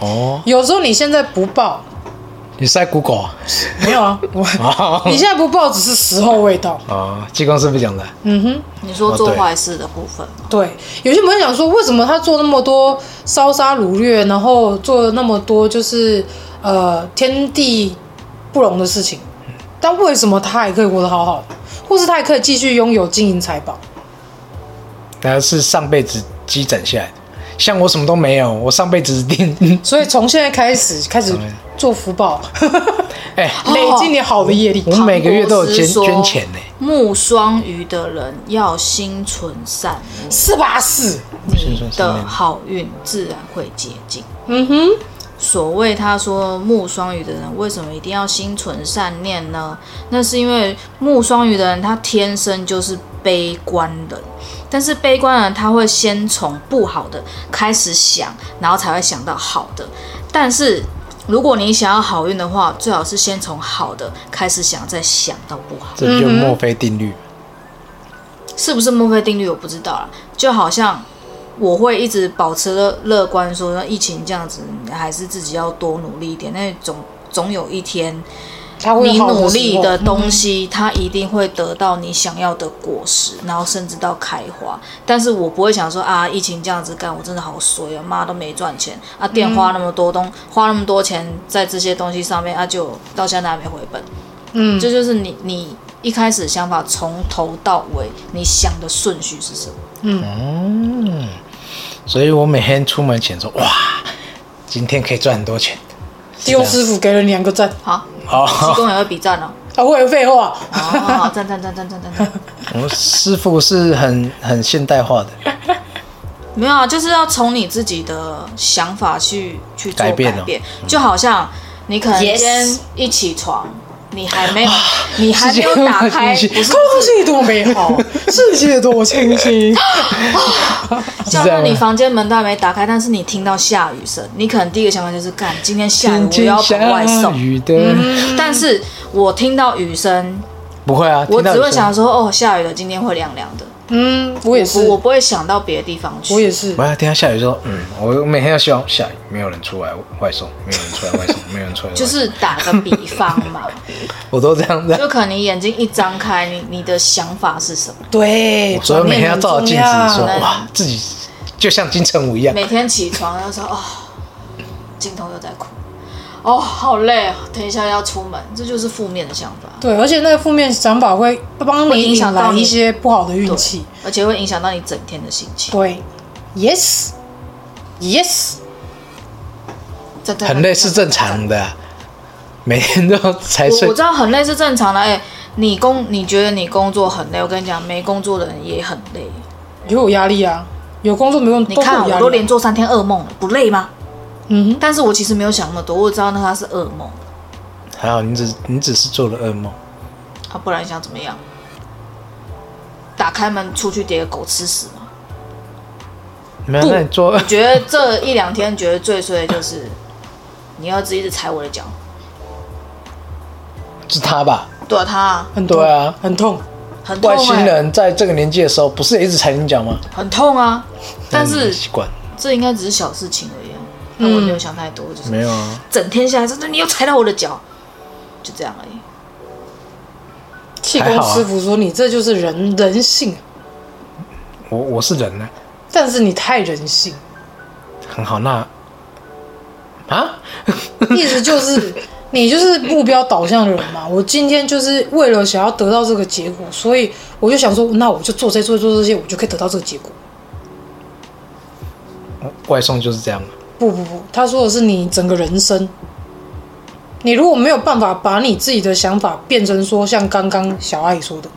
S4: 哦，
S1: 有时候你现在不报，
S4: 你是在 Google 啊？
S1: 没有啊，我
S3: <laughs>
S4: 哦
S1: 你现在不报只是时候未到。
S4: 哦，济公师傅讲的。
S1: 嗯哼，
S3: 你说做坏事的部分吗？
S1: 对，有些朋友讲说，为什么他做那么多烧杀掳掠，然后做了那么多就是呃天地不容的事情，但为什么他还可以活得好好的，或是他还可以继续拥有金银财宝？
S4: 那是上辈子积攒下来的。像我什么都没有，我上辈子定
S1: 所以从现在开始开始
S4: 嗯
S1: 做福
S3: 哦
S1: 报，
S4: <laughs> 哎、
S1: <laughs> 累积你好的业力。
S4: 我们每个月都有捐
S3: 唐国师说
S4: 捐钱呢、
S3: 木双鱼的人要心存善念，
S1: 四八四，
S3: 你的好运自然会接近。
S1: 嗯哼，
S3: 所谓他说木双鱼的人为什么一定要心存善念呢？那是因为木双鱼的人他天生就是悲观人，但是悲观人他会先从不好的开始想，然后才会想到好的。但是如果你想要好运的话，最好是先从好的开始想，再想到不好。
S4: 这不就墨菲定
S3: 嗯
S4: 律？
S3: 是不是墨菲定律我不知道啦，就好像我会一直保持乐乐观说，那疫情这样子，你还是自己要多努力一点，那总总有一天
S1: 他会
S3: 你
S1: 哦有好
S3: 努
S1: 时
S3: 力
S1: 候嗯
S3: 的东西，它一定会得到你想要的果实，然后甚至到开花。但是我不会想说啊，疫情这样子干，我真的好衰啊，妈都没赚钱啊，
S1: 嗯
S3: 店花那么多东，花那么多钱在这些东西上面啊，就到现在还没回本。
S1: 嗯，
S3: 这就是你你一开始想法从头到尾，你想的顺序是什么？
S4: 所以我每天出门前说，哇，今天可以赚很多钱。
S1: 地公师傅给了你两个赞
S3: 好，
S4: 哦
S3: 提，供也会
S1: <laughs>
S3: 比赞哦。
S1: 啊，我有废话，
S3: 哦，赞赞赞赞赞赞赞！
S4: 我们师傅是很很现代化
S3: <laughs>
S4: 的，
S3: 没有啊，就是要从你自己的想法去去做
S4: 改
S3: 改
S4: 变
S3: 变，
S4: 哦
S3: 就好像你可能
S1: Yes
S3: 今天一起床，你还没有， <laughs> 你还没有打开，
S4: 世界
S3: 不是
S1: 空气多美好，世界多清新。
S3: 就是
S4: 这样
S3: 算
S4: 吗
S3: 你房间门都还没打开，但是你听到下雨声，你可能第一个想法就是干，今天下雨
S4: 今
S3: 我又
S4: 天
S3: 要跑外
S4: 下
S3: 送。嗯
S4: 雨的，
S3: 但是我听到雨声，
S4: 不会啊，
S3: 我
S4: 听到
S3: 只
S4: 有
S3: 会
S4: 声音
S3: 想说，哦，下雨了，今天会凉凉的。
S1: 嗯，我也是，
S3: 我不会想到别的地方去。
S1: 我也是
S4: 我。要听到下雨说，嗯，我每天要希望下雨，没有人出来外送，没有人出来外送，没有人出来外
S3: 就
S4: 送，
S3: 是打个比方嘛， <laughs>
S4: 我都这样子。
S3: 就可能你眼睛一张开，你你的想法是什么？
S1: 对，
S4: 所以我每天要照着镜子说
S3: 转念很重，要啊
S4: 哇，自己就像金城武一样，
S3: 每天起床要说哦，镜头又在哭，哦，好累哦，等一下要出门，这就是负面的想法，
S1: 对，而且那个负面想法会帮
S3: 会
S1: 你
S3: 影响
S1: 引
S3: 到
S1: 来
S3: 你
S1: 一些不好的运
S3: 对
S1: 气。，
S3: 而且会影响到你整天的心情。
S1: 对，yes，yes，
S3: 对对
S4: 很累是正常的，啊每天都才
S3: 我
S4: 睡
S3: 我知道很累是正常的，哎、你工你觉得你工作很累，我跟你讲，没工作的人也很累。
S1: 也有压力啊，有工作没工作
S3: 你
S1: 都会
S3: 看
S1: 有
S3: 我
S1: 压
S3: 都
S1: 力
S3: 连
S1: 啊。
S3: 做三天噩梦了，不累吗？
S1: 嗯哼，
S3: 但是我其实没有想那么多，我知道那他是噩梦
S4: 还好你只你只是做了噩梦，
S3: 啊，不然想怎么样？打开门出去给狗吃屎吗？
S4: 没有，
S3: 不
S4: 那你做
S3: 我觉得这一两天觉得最衰的就是你要一直踩我的脚，
S4: 是他吧？
S3: 对啊，他啊
S1: 很痛
S4: 对啊
S1: 很痛。
S3: 很痛、
S4: 外
S3: 欸，
S4: 星人在这个年纪的时候，不是也一直踩你脚吗？
S3: 很痛啊。但
S4: 你
S3: 是
S4: 习惯
S3: 这应该只是小事情而已、啊，那我也没有想太多，就是
S4: 没有啊？
S3: 整天下来，真的你又踩到我的脚，就这样而 <laughs> 已。
S1: 气
S4: 还
S1: 功
S4: 好啊
S1: 师傅说你这就是人人性，
S4: 我我是人呢、
S1: 但是你太人性，
S4: 很好。那啊，
S1: <laughs> 意思就是你就是目标导向的人嘛。我今天就是为了想要得到这个结果，所以我就想说，那我就做这做这做这些，我就可以得到这个结果。
S4: 外送就是这样。
S1: 不不不，他说的是你整个人生。你如果没有办法把你自己的想法变成说，像刚刚小阿姨说的，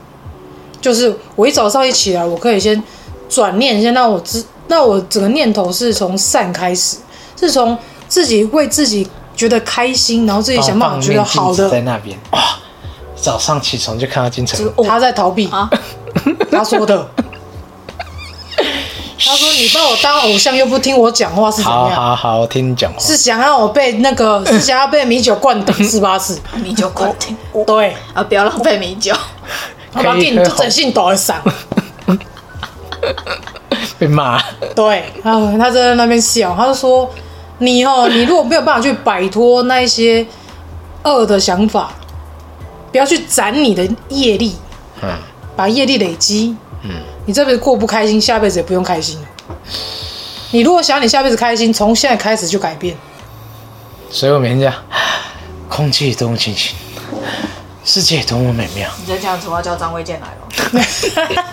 S1: 就是我一早上一起来，我可以先转念，先让我知，让我整个念头是从善开始，是从自己为自己觉得开心，然后自己想办法哎觉得好
S4: 放面镜子在
S1: 的。
S4: 那边哇，早上起床就看到金城武，
S1: 他在逃避， <laughs>
S3: 啊
S1: 哦他说 <laughs> 的。他说：“你把我当偶像，又不听我讲话，是怎
S4: 好
S1: 么样？
S4: 好好，我听你讲话。
S1: 是想让我被那
S4: <laughs>
S1: 个，是想要被米酒灌倒，是吧？是。”
S3: 米酒快停
S1: 对，
S3: <laughs> 啊！不要浪费米酒，
S1: 好吧，
S4: 可以
S1: 给你
S4: 可以
S1: 就整性抖了嗓。
S4: 被
S1: <laughs>
S4: 骂，
S1: 对，然后他就在那边笑，他就说：“你
S4: <laughs>
S1: 哦，你如果没有办法去摆脱那一些恶的想法，不要去攒你的业力，
S4: 嗯，
S1: 把业力累积，嗯，你这辈子过不开心，下辈子也不用开心了。你如果想你下辈子开心，从现在开始就改变。
S4: 所以我每天讲，空气多么清新，世界多么美妙。
S3: 你再这样子，我要叫张卫健来了。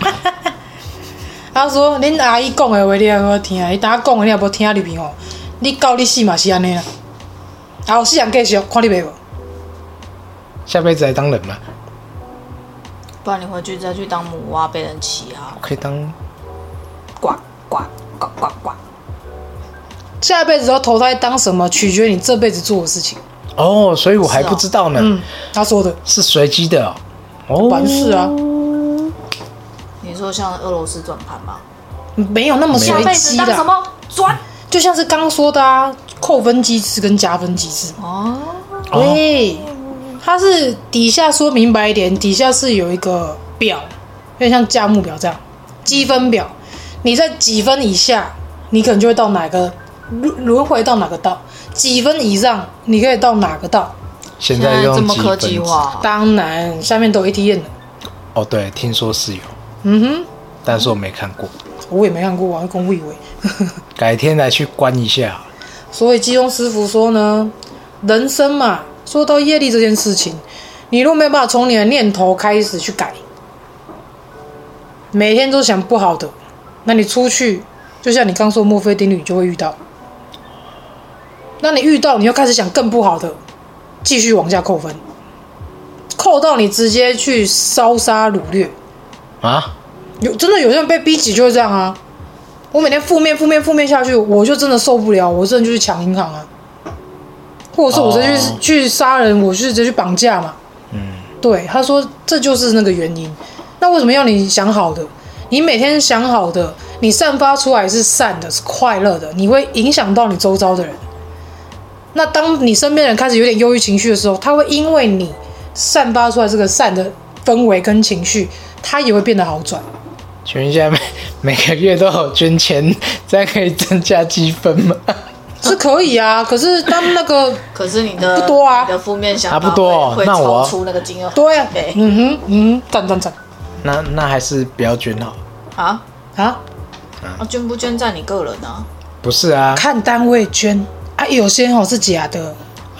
S1: 他说：恁阿姨讲的话你也无听，伊当讲的你也无听入去哦。你到你死嘛是安尼啦，啊，有世人继续看你袂无。”
S4: 下辈子来当人吗？
S3: 不然你回去再去当母蛙，被人欺啊！
S4: 我可以当
S3: 呱呱呱呱呱！
S1: 下辈子要投胎当什么，取决于你这辈子做的事情。
S4: 哦，所以我还
S3: 是哦
S4: 不知道呢，
S1: 嗯，他说的，
S4: 是随机的哦。哦
S1: 完，事啊，
S3: 你说像俄罗斯转盘吗？
S1: 没有那么随
S3: 下辈子
S1: 机
S3: 当什
S1: 的，
S3: 么转？
S1: 就像是刚刚说的啊，扣分机制跟加分机制嘛。
S3: 哦，
S4: 哦，
S1: 对，它是底下说明白一点，底下是有一个表，有点像价目表这样，积分表。你在几分以下，你可能就会到哪个轮轮回到哪个道；几分以上，你可以到哪个道。
S4: 现
S3: 现
S4: 在
S3: 在
S4: 啊用
S3: 哎这么
S4: 积
S3: 科
S4: 分
S3: 技
S4: 制。
S3: 化，
S1: 当然，下面都有 ATM 的。
S4: 哦，对，听说是有，
S1: 嗯哼，
S4: 但是我没看过，
S1: 我也没看过啊，公务以为。
S4: 改天来去观一下好了。
S1: 所以基庸师傅说呢，人生嘛，说到业力这件事情，你如果没有办法从你的念头开始去改，每天都想不好的，那你出去，就像你刚说墨菲定律，你就会遇到。那你遇到，你又开始想更不好的，继续往下扣分，扣到你直接去烧杀掳掠。
S4: 啊，
S1: 有真的有些人被逼急就会这样啊。我每天负面负面负面下去，我就真的受不了，我真的就去抢银行啊，或者是我直接去、
S4: 哦
S1: 去杀人，我去直接去绑架嘛。嗯，对，他说这就是那个原因。那为什么要你想好的？你每天想好的，你散发出来是善的，是快乐的，你会影响到你周遭的人。那当你身边人开始有点忧郁情绪的时候，他会因为你散发出来这个善的氛围跟情绪，他也会变得好转。
S4: 请问一下，每 <laughs> 每个月都有捐钱， <laughs> 这样可以增加积分吗？ <laughs>
S1: <laughs> 是可以啊，可是他们那 <laughs> 个
S3: 可是你的
S1: 不多啊
S3: 你的负面想
S4: 啊
S3: 法
S4: 不多哦
S3: 会会
S4: 那我
S3: 超出那个金额。
S1: 对啊
S3: 对，
S1: 嗯哼，嗯哼，赞赞赞
S4: 那那还是不要捐好。
S3: 啊，
S1: 啊！
S3: 啊捐不捐在你个人啊？
S4: 不是啊，
S1: 看单位捐啊，有些哦是假的，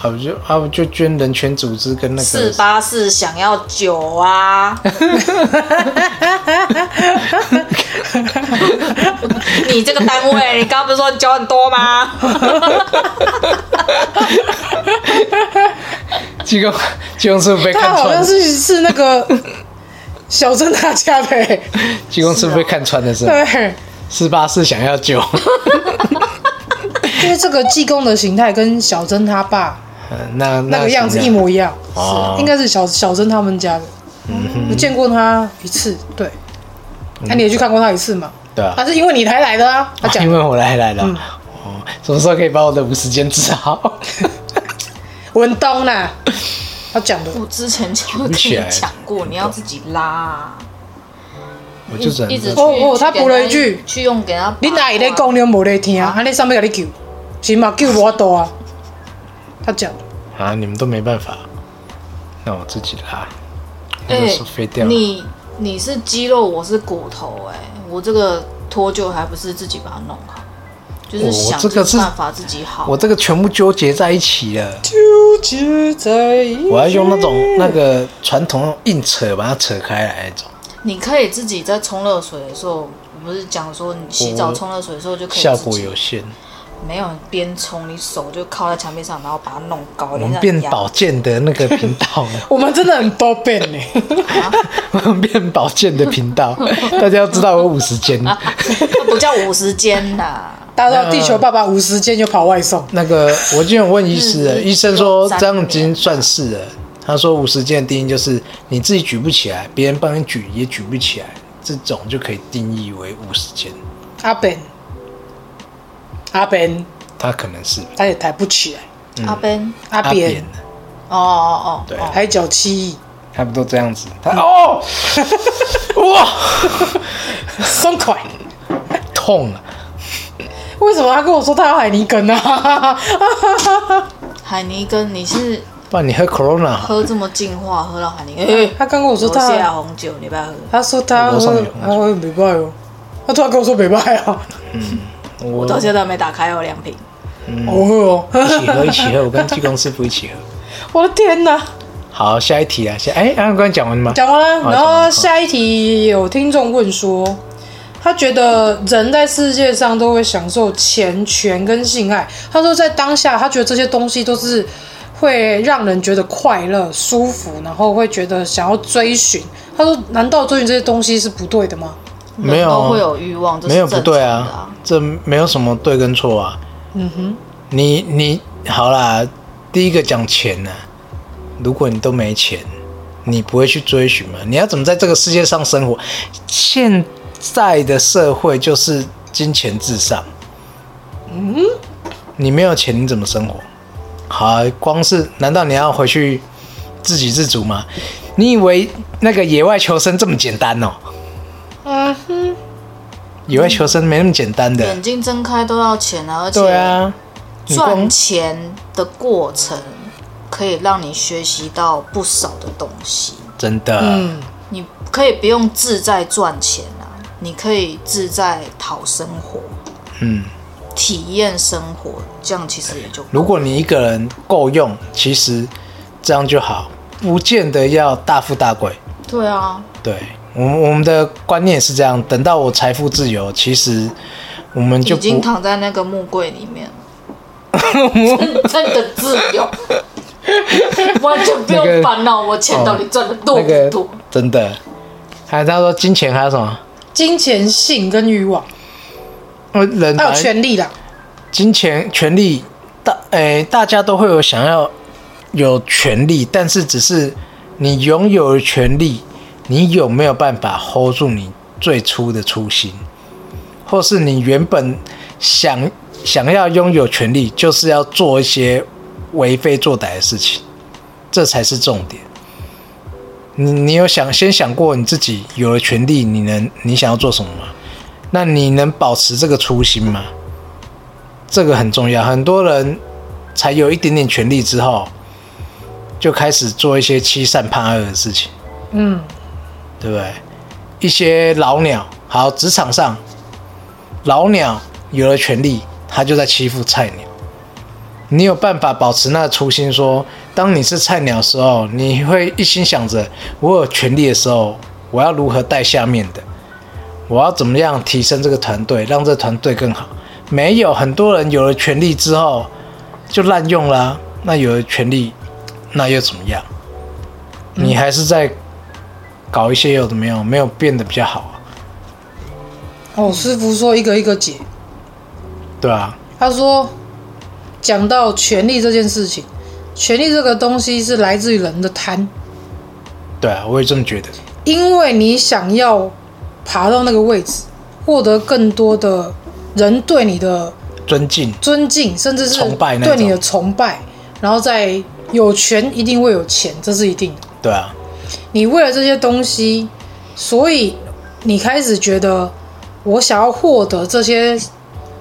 S4: 啊我就啊我就捐人权组织跟那
S3: 四
S4: 个
S3: 八
S4: <laughs>
S3: 四想要九啊，你这个单位，你刚刚不是说你酒很多吗？
S4: 济公济公师傅被
S1: 他
S4: 看
S1: 啊好像
S4: 穿，
S1: 是是那 <laughs> 个小郑他家的、
S4: 济公师傅被看穿的是
S1: 对，
S4: 四八四想要
S1: <laughs>
S4: 酒，
S1: 就是这个济公的形态跟小珍他爸
S4: 嗯那
S1: 那个样子一模一样，
S4: 哦
S1: 是应该是小小珍他们家的。我见过他一次，对，那、你也去看过他一次嘛？
S4: 对啊
S1: 他、，是因为你才来的啊，他
S4: 哦
S1: 讲嗯
S4: 因为我来来了，哦，什么时候可以把我的五十间治好？ <laughs>
S1: 文东啦，他讲的。
S3: 我之前就跟
S4: 举起
S3: 你
S4: 来
S3: 讲过，你要自己拉啊，
S4: 我就只能
S3: 一直
S4: 说
S1: 哦哦
S3: 去
S1: 他
S3: 给
S1: 补了一句
S3: 去去用给他拔罐。
S1: 你哪会在讲，你无在听，安尼上面甲你救，是嘛救无多啊？他讲，
S4: 啊，你们都没办法，那我自己拉，我
S3: 哎、
S4: 就说飞掉了。
S3: 你你是肌肉，我是骨头、哎，我这个脱臼还不是自己把它弄好，就是
S4: 哦我
S3: 想
S4: 这个是
S3: 尽办法自己好。
S4: 我这个全部纠结在一起了，
S1: 纠结在一起
S4: 我要用那种那个传统硬扯把它扯开来那种。
S3: 你可以自己在冲热水的时候，我不是讲说你洗澡
S4: 我
S3: 冲热水的时候就可以自己
S4: 效果有限，
S3: 没有你边冲，你手就靠在墙壁上，然后把它弄高，
S4: 我
S3: 你这
S4: 们
S3: 样
S4: 变
S3: 压
S4: 保健的那个频道 <laughs> 了，
S1: 我们真的很多变呢。
S4: 我们变保健的
S3: <laughs>
S4: 频道，大家要知道我五十间，
S3: 那不叫五十肩
S4: <laughs>
S3: 呐，
S1: 大到地球爸爸无时间就跑外送，
S4: 那个我今天有问医师了，
S3: 嗯
S4: 医生说
S3: 三
S4: 这样已
S3: 年
S4: 经算是了。他说五十件的定义就是你自己举不起来，别人帮你举也举不起来，这种就可以定义为五十件。
S1: 阿本，阿本
S4: 他可能是
S1: 他也抬不起来，
S4: 嗯
S3: 阿 Ben，
S1: 阿扁
S4: 扁
S3: 哦哦哦，
S4: 对
S3: 哦
S1: 还脚七
S4: 差不多这样子。他哦，哇，
S1: 松快。
S4: 痛啊！
S1: 为什么他跟我说他要海尼根啊？
S3: 海尼根，你是
S4: 不然你喝 Corona 好
S3: 喝这么净化，喝到海尼根？哎
S1: 他嗯刚跟我说
S3: 罗西亚
S1: 他，
S3: 红酒，你不要喝。
S1: 他说他
S4: 我楼上
S1: 喝
S4: 有，
S1: 他喝美拜哦，他突然跟我说美拜啊，
S4: 我
S3: 我到现在没打开，有哦两瓶。
S1: 我喝哦，
S4: 一起喝，一起喝，我跟济公师傅
S3: <laughs>
S4: 一起喝。
S1: 我的天哪！
S4: 好，下一题啊，下哎，安官讲完了吗？
S1: 讲完了，
S4: 好
S1: 然
S4: 讲完
S1: 后
S4: 了
S1: 下一题有听众问说，他觉得人在世界上都会享受钱、权跟性爱。他说在当下，他觉得这些东西都是会让人觉得快乐、舒服，然后会觉得想要追寻。他说：“难道追寻这些东西是不对的吗
S4: 没有啊
S3: 人都会有欲望，这是
S4: 哦没有不
S3: 正
S4: 对
S3: 常的
S4: 啊，这没有什么对跟错啊。
S1: 嗯哼，
S4: 你你好啦，第一个讲钱呢、如果你都没钱，你不会去追寻嘛？你要怎么在这个世界上生活？现在的社会就是金钱至上。嗯，你没有钱你怎么生活？好啊、光是难道你要回去自给自足吗？你以为那个野外求生这么简单哦？？”
S1: 嗯哼，
S4: 野外求生没那么简单的。
S3: 眼睛睁开都要钱啊，而
S4: 对
S3: 且
S4: 啊，你光
S3: 赚钱的过程可以让你学习到不少的东西。
S4: 真的，
S1: 嗯，
S3: 你可以不用自在赚钱啊，你可以自在讨生活，
S4: 嗯
S3: 体验生活，这样其实也就够
S4: 如果你一个人够用，其实这样就好，不见得要大富大贵。
S3: 对啊，
S4: 对我们我们的观念是这样，等到我财富自由，其实我们就
S3: 已经
S4: 不
S3: 躺在那个木柜里
S4: <laughs>
S3: 面了， <laughs> 真正的自由，完全不
S4: 那
S3: 用
S4: 个哦
S3: 烦恼我钱到底赚的多
S4: 那
S3: 不
S4: 个
S3: 多。
S4: 真的。还有他说金钱还有什么？
S1: 金钱、性跟欲望，
S4: 呃，人
S1: 还有
S4: 本来
S1: 权利啦。
S4: 金钱、权利，大诶、大家都会有想要有权利，但是只是你拥有了权利，你有没有办法 hold 住你最初的初心，或是你原本想想要拥有权利，就是要做一些为非作歹的事情，这才是重点。你你有想先想过你自己有了权利，你能你想要做什么吗？那你能保持这个初心吗？这个很重要。很多人才有一点点权利之后，就开始做一些欺善怕恶的事情，
S1: 嗯，
S4: 对不对？一些老鸟，好，职场上老鸟有了权利，他就在欺负菜鸟。你有办法保持那个初心说当你是菜鸟的时候，你会一心想着我有权利的时候，我要如何带下面的，我要怎么样提升这个团队，让这团队更好。没有很多人有了权利之后就滥用啦、那有了权利，那又怎么样？你还是在搞一些有的没有，没有变得比较好啊，
S1: 哦，师傅说一个一个解。
S4: 对啊，
S1: 他说，讲到权力这件事情，权力这个东西是来自于人的贪，
S4: 对啊，我也这么觉得。
S1: 因为你想要爬到那个位置，获得更多的人对你的
S4: 尊敬，
S1: 尊敬，甚至是
S4: 崇拜那种
S1: 对你的崇拜，然后再有权一定会有钱，这是一定的。
S4: 对啊，
S1: 你为了这些东西，所以你开始觉得我想要获得这些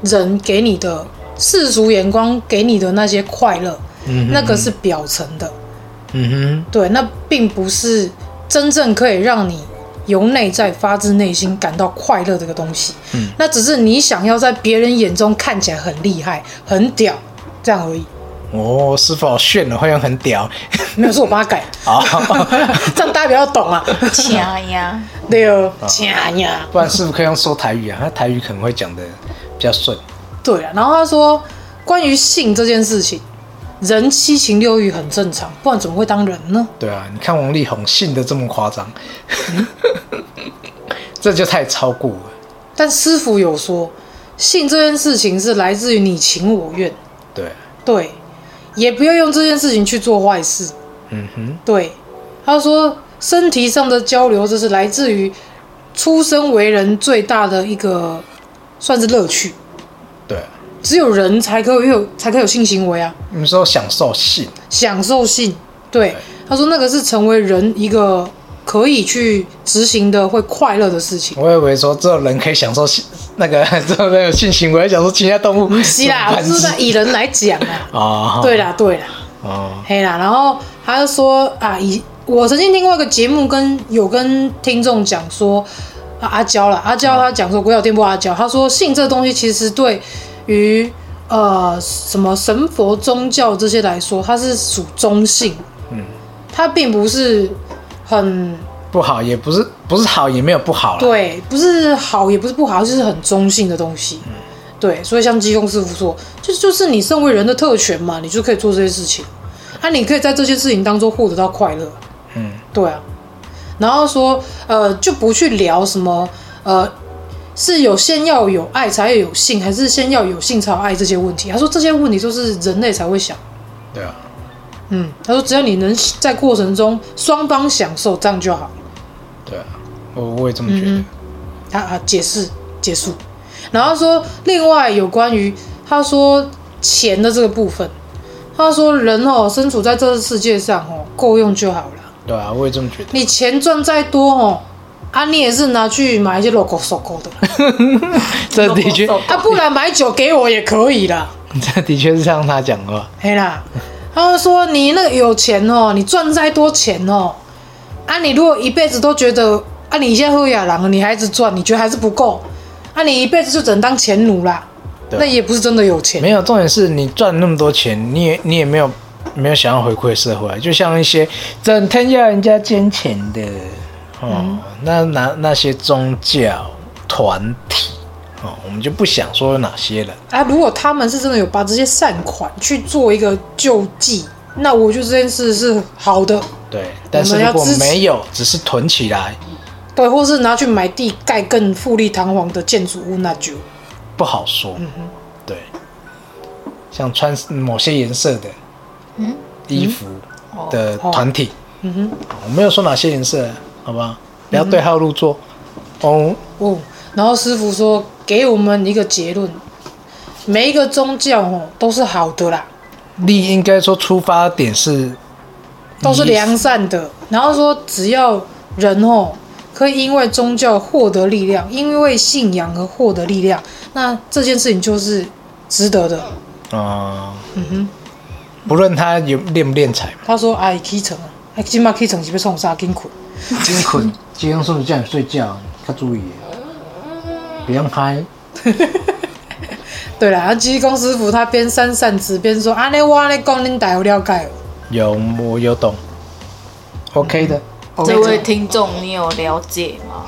S1: 人给你的世俗眼光给你的那些快乐，
S4: 嗯哼
S1: 那个是表层的，
S4: 嗯
S1: 对，那并不是真正可以让你由内在发自内心感到快乐这个东西。
S4: 嗯
S1: 那只是你想要在别人眼中看起来很厉害、很屌这样而已。
S4: 哼，哦，师傅好炫哦，会用很屌， <laughs>
S1: 没有，是我帮他改，
S4: 好，
S1: <laughs> 这样大家比较懂
S4: <laughs>
S1: 啊。
S3: 掐呀，
S1: 对哦，
S4: 啊
S1: 假呀。
S4: 不然师傅可以用说台语啊，他台语可能会讲的比较顺。
S1: 对啊，然后他说，关于性这件事情，人七情六欲很正常，不然怎么会当人呢？
S4: 对啊，你看王力宏信的这么夸张，
S1: 嗯
S4: <laughs> 这就太超过了。
S1: 但师傅有说，性这件事情是来自于你情我愿，
S4: 对，啊
S1: 对，也不要用这件事情去做坏事，
S4: 嗯哼，
S1: 对。他说，身体上的交流，这是来自于出生为人最大的一个算是乐趣，
S4: 对，啊
S1: 只有人才可以有才可以有性行为啊，
S4: 你说享受性，
S1: 享受性。对，他说那个是成为人一个可以去执行的会快乐的事情。
S4: 我以为说只有人可以享受性，那个 <laughs> 只有人有性行为，享受其他动物繁殖。。
S1: 嗯是啦，我是在以人来讲啊
S4: 哦，
S1: 对啦，对啦，
S4: 哦，
S1: 嘿啦。然后他就说啊，以我曾经听过一个节目跟，有跟听众讲说，啊、阿娇啦，阿娇她讲说，国有电波阿娇，她说性这东西其实对于呃什么神佛宗教这些来说，它是属中性，
S4: 嗯，
S1: 它并不是很
S4: 不好也不是，不是好也没有不好啦。
S1: 对，不是好也不是不好，就是很中性的东西。对，所以像基庸师傅说，就就是你身为人的特权嘛，你就可以做这些事情，啊，你可以在这些事情当中获得到快乐。
S4: 嗯，
S1: 对啊。然后说，呃，就不去聊什么，呃，是有先要有爱才有性，还是先要有性才有爱这些问题。他说这些问题都是人类才会想。
S4: 对啊，
S1: 嗯，他说只要你能在过程中双方享受，这样就好。
S4: 对啊，我我也这么觉
S1: 嗯
S4: 得。
S1: 他啊解释结束，然后说另外有关于他说钱的这个部分，他说人哦身处在这个世界上哦够用就好了，
S4: 对啊，我也这么觉得。
S1: 你钱赚再多哦。啊，你也是拿去买一些 logo 收购的，
S4: 这的确，
S1: 啊，不然买酒给我也可以啦，
S4: <laughs> 这的确是像他讲的话。
S1: 嘿啦。他就说你那个有钱哦，你赚再多钱哦，啊，你如果一辈子都觉得啊，你现在喝雅郎，你还一直赚，你觉得还是不够，啊，你一辈子就只能当钱奴啦。
S4: 对
S1: 那也不是真的有钱
S4: 没。有，重点是你赚那么多钱，你也你也没有没有想要回馈社会，啊就像一些整天要人家捐钱的，哦，
S1: 嗯
S4: 那那那些宗教团体，哦，我们就不想说有哪些人，
S1: 啊，如果他们是真的有把这些善款去做一个救济，那我觉得这件事是好的，
S4: 对，但是如果没有，只是囤起来，
S1: 对，或是拿去买地盖更富丽堂皇的建筑物，那就
S4: 不好说，
S1: 嗯
S4: 对，像穿某些颜色的
S3: 嗯
S4: 衣服的
S1: 哦
S4: 团体，
S1: 嗯哼，嗯
S4: 我没有说哪些颜色，好吧，不要对号入座，哦。
S1: 哦。然后师傅说，给我们一个结论，每一个宗教哦都是好的啦，
S4: 利应该说出发点是
S1: 都是良善的。然后说，只要人哦可以因为宗教获得力量，因为信仰而获得力量，那这件事情就是值得的。
S4: 啊，嗯哼，不论他有练不练财嘛，
S1: 他说：“哎，起床啊，哎，今麦起床是要创啥？紧困。
S4: 今天困，今天是不是叫你睡觉？要注意，不要嗨。”
S1: 对啦，啊，其实龚师傅他边扇扇子边说：“安尼我安尼讲，恁大有了解哦。
S4: 有我有懂，OK 的，
S3: 这位听众，你有了解吗？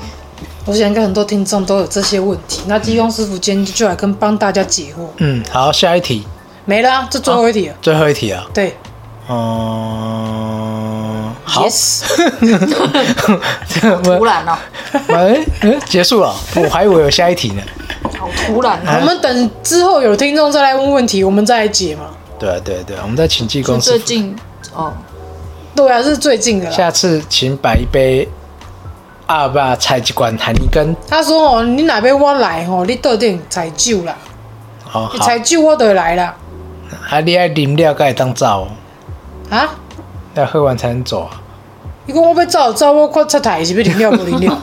S1: 我想应该很多听众都有这些问题。那济公师傅今天就来跟帮大家解惑。
S4: 嗯，好，下一题，
S1: 没了啊，这最后一题了。
S4: 最后一题啊，
S1: 对
S4: 嗯，好， <laughs>
S1: ，yes，
S3: 突然哦，
S4: 哎，哎结束了，我还以为有下一题呢。
S3: 好突
S4: <laughs>
S3: 然
S1: 我
S3: 哦。
S1: 们等之后有听众再来问问题，我们再来解嘛。
S4: 对啊对啊对啊，我们再请济
S3: 就
S4: 公
S3: 最
S4: 师傅，
S3: 近哦，
S1: 对啊，这是最近的啦。
S4: 下次请摆一杯阿爸菜鸡冠海尼根。
S1: 他说哦，你哪边我来哦，你到顶采酒啦，
S4: 好
S1: 你
S4: 好，
S1: 采酒我就会来啦。
S4: 啊，你爱啉料该当走哦，
S1: 啊，
S4: 要喝完才能走 <laughs> 啊。
S1: 你讲我要走走，我看出台是要啉了无
S4: <laughs>
S1: 啉了，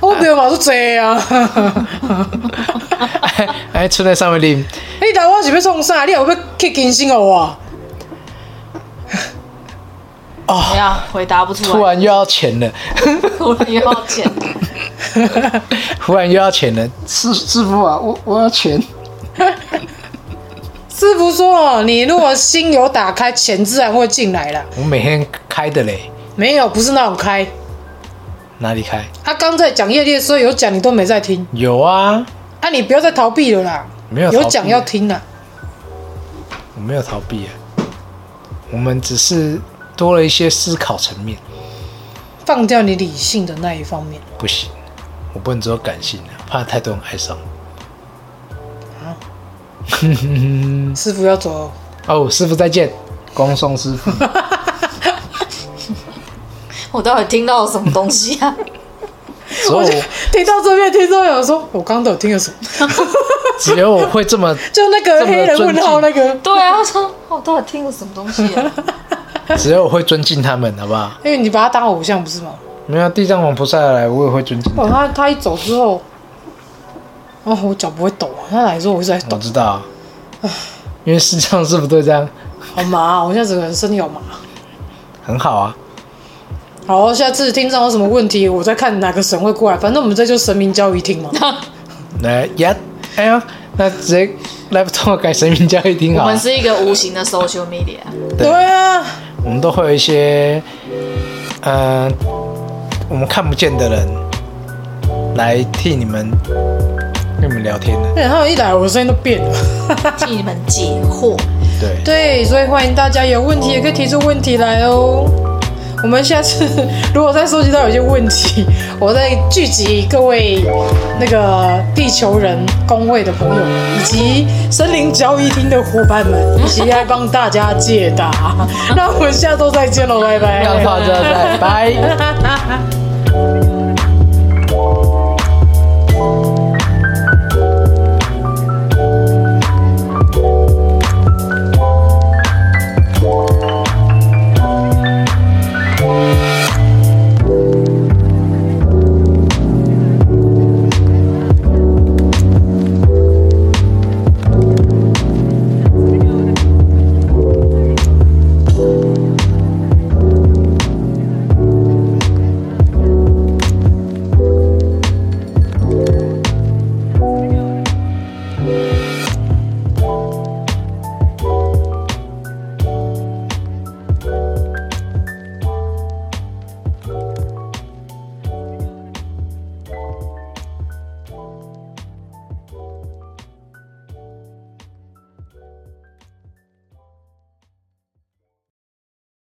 S1: 我朋友嘛都济啊。
S4: 哎，出来上面啉，
S1: <laughs> 你来我是要创啥？你也要去更新哦我？
S3: 哎呀，回答不出来，
S4: 突然又要钱了，
S3: 突然又要
S4: <laughs>
S3: 剪，
S4: 忽然又要钱了，师师傅啊，我我要钱。
S1: 师傅说哦，你如果心有打开，钱自然会进来啦。
S4: 我每天开的嘞，
S1: 没有，不是那种开。
S4: 哪里开？
S1: 他、刚在讲业力的时候有讲，你都没在听。
S4: 有啊，
S1: 啊，你不要再逃避了啦。
S4: 没有逃避
S1: 有讲要听啦。
S4: 我没有逃避啊，我们只是多了一些思考层面。
S1: 放掉你理性的那一方面。
S4: 不行，我不能只有感性啊，怕太多人爱上。
S1: 师傅要走哦，
S4: 哦，师傅再见，恭送师 <laughs> 傅。
S3: 我到底听到了什么东西啊？
S4: 只有我，
S1: 听到这边听众有说，我刚刚都有听了什么？
S4: 只有我会这么，
S1: 就那个黑人问号那个，
S3: 对啊，我说我到底听了什么东西啊？
S4: 只有我会尊敬他们，好不好？
S1: 因为哎你把他当偶像不是吗？
S4: 没有啊地藏王菩萨来，我也会尊敬他
S1: 哦，
S4: 们。
S1: 他他一走之后，哦，我脚不会抖啊。他来说我一直在抖
S4: 我，知道啊，因为西藏师傅都这样，
S1: 好麻啊、我现在整个人身体好麻。
S4: 很好啊。
S1: 好，下次听众有什么问题，我再看哪个神会过来。反正我们这就是神明交易厅嘛。
S4: 来呀，哎呀，那直接来不通改神明教育挺
S3: 我
S4: <laughs> 好啊
S3: 们。是一个无形的 social
S4: <laughs>
S3: media，
S1: 对啊，
S4: 我们都会有一些，嗯、我们看不见的人来替你们跟你们聊天的。
S1: 然后哎一来我的声音都变了。
S3: 替你们解惑。
S4: 对，
S1: 对，所以欢迎大家有问题也可以提出问题来哦。我们下次如果再收集到有些问题，我再聚集各位那个地球人工会的朋友，以及森林交易厅的伙伴们，一起来帮大家
S4: <laughs>
S1: 解答。那我们下周再见喽，拜拜。
S4: 干话就要再拜。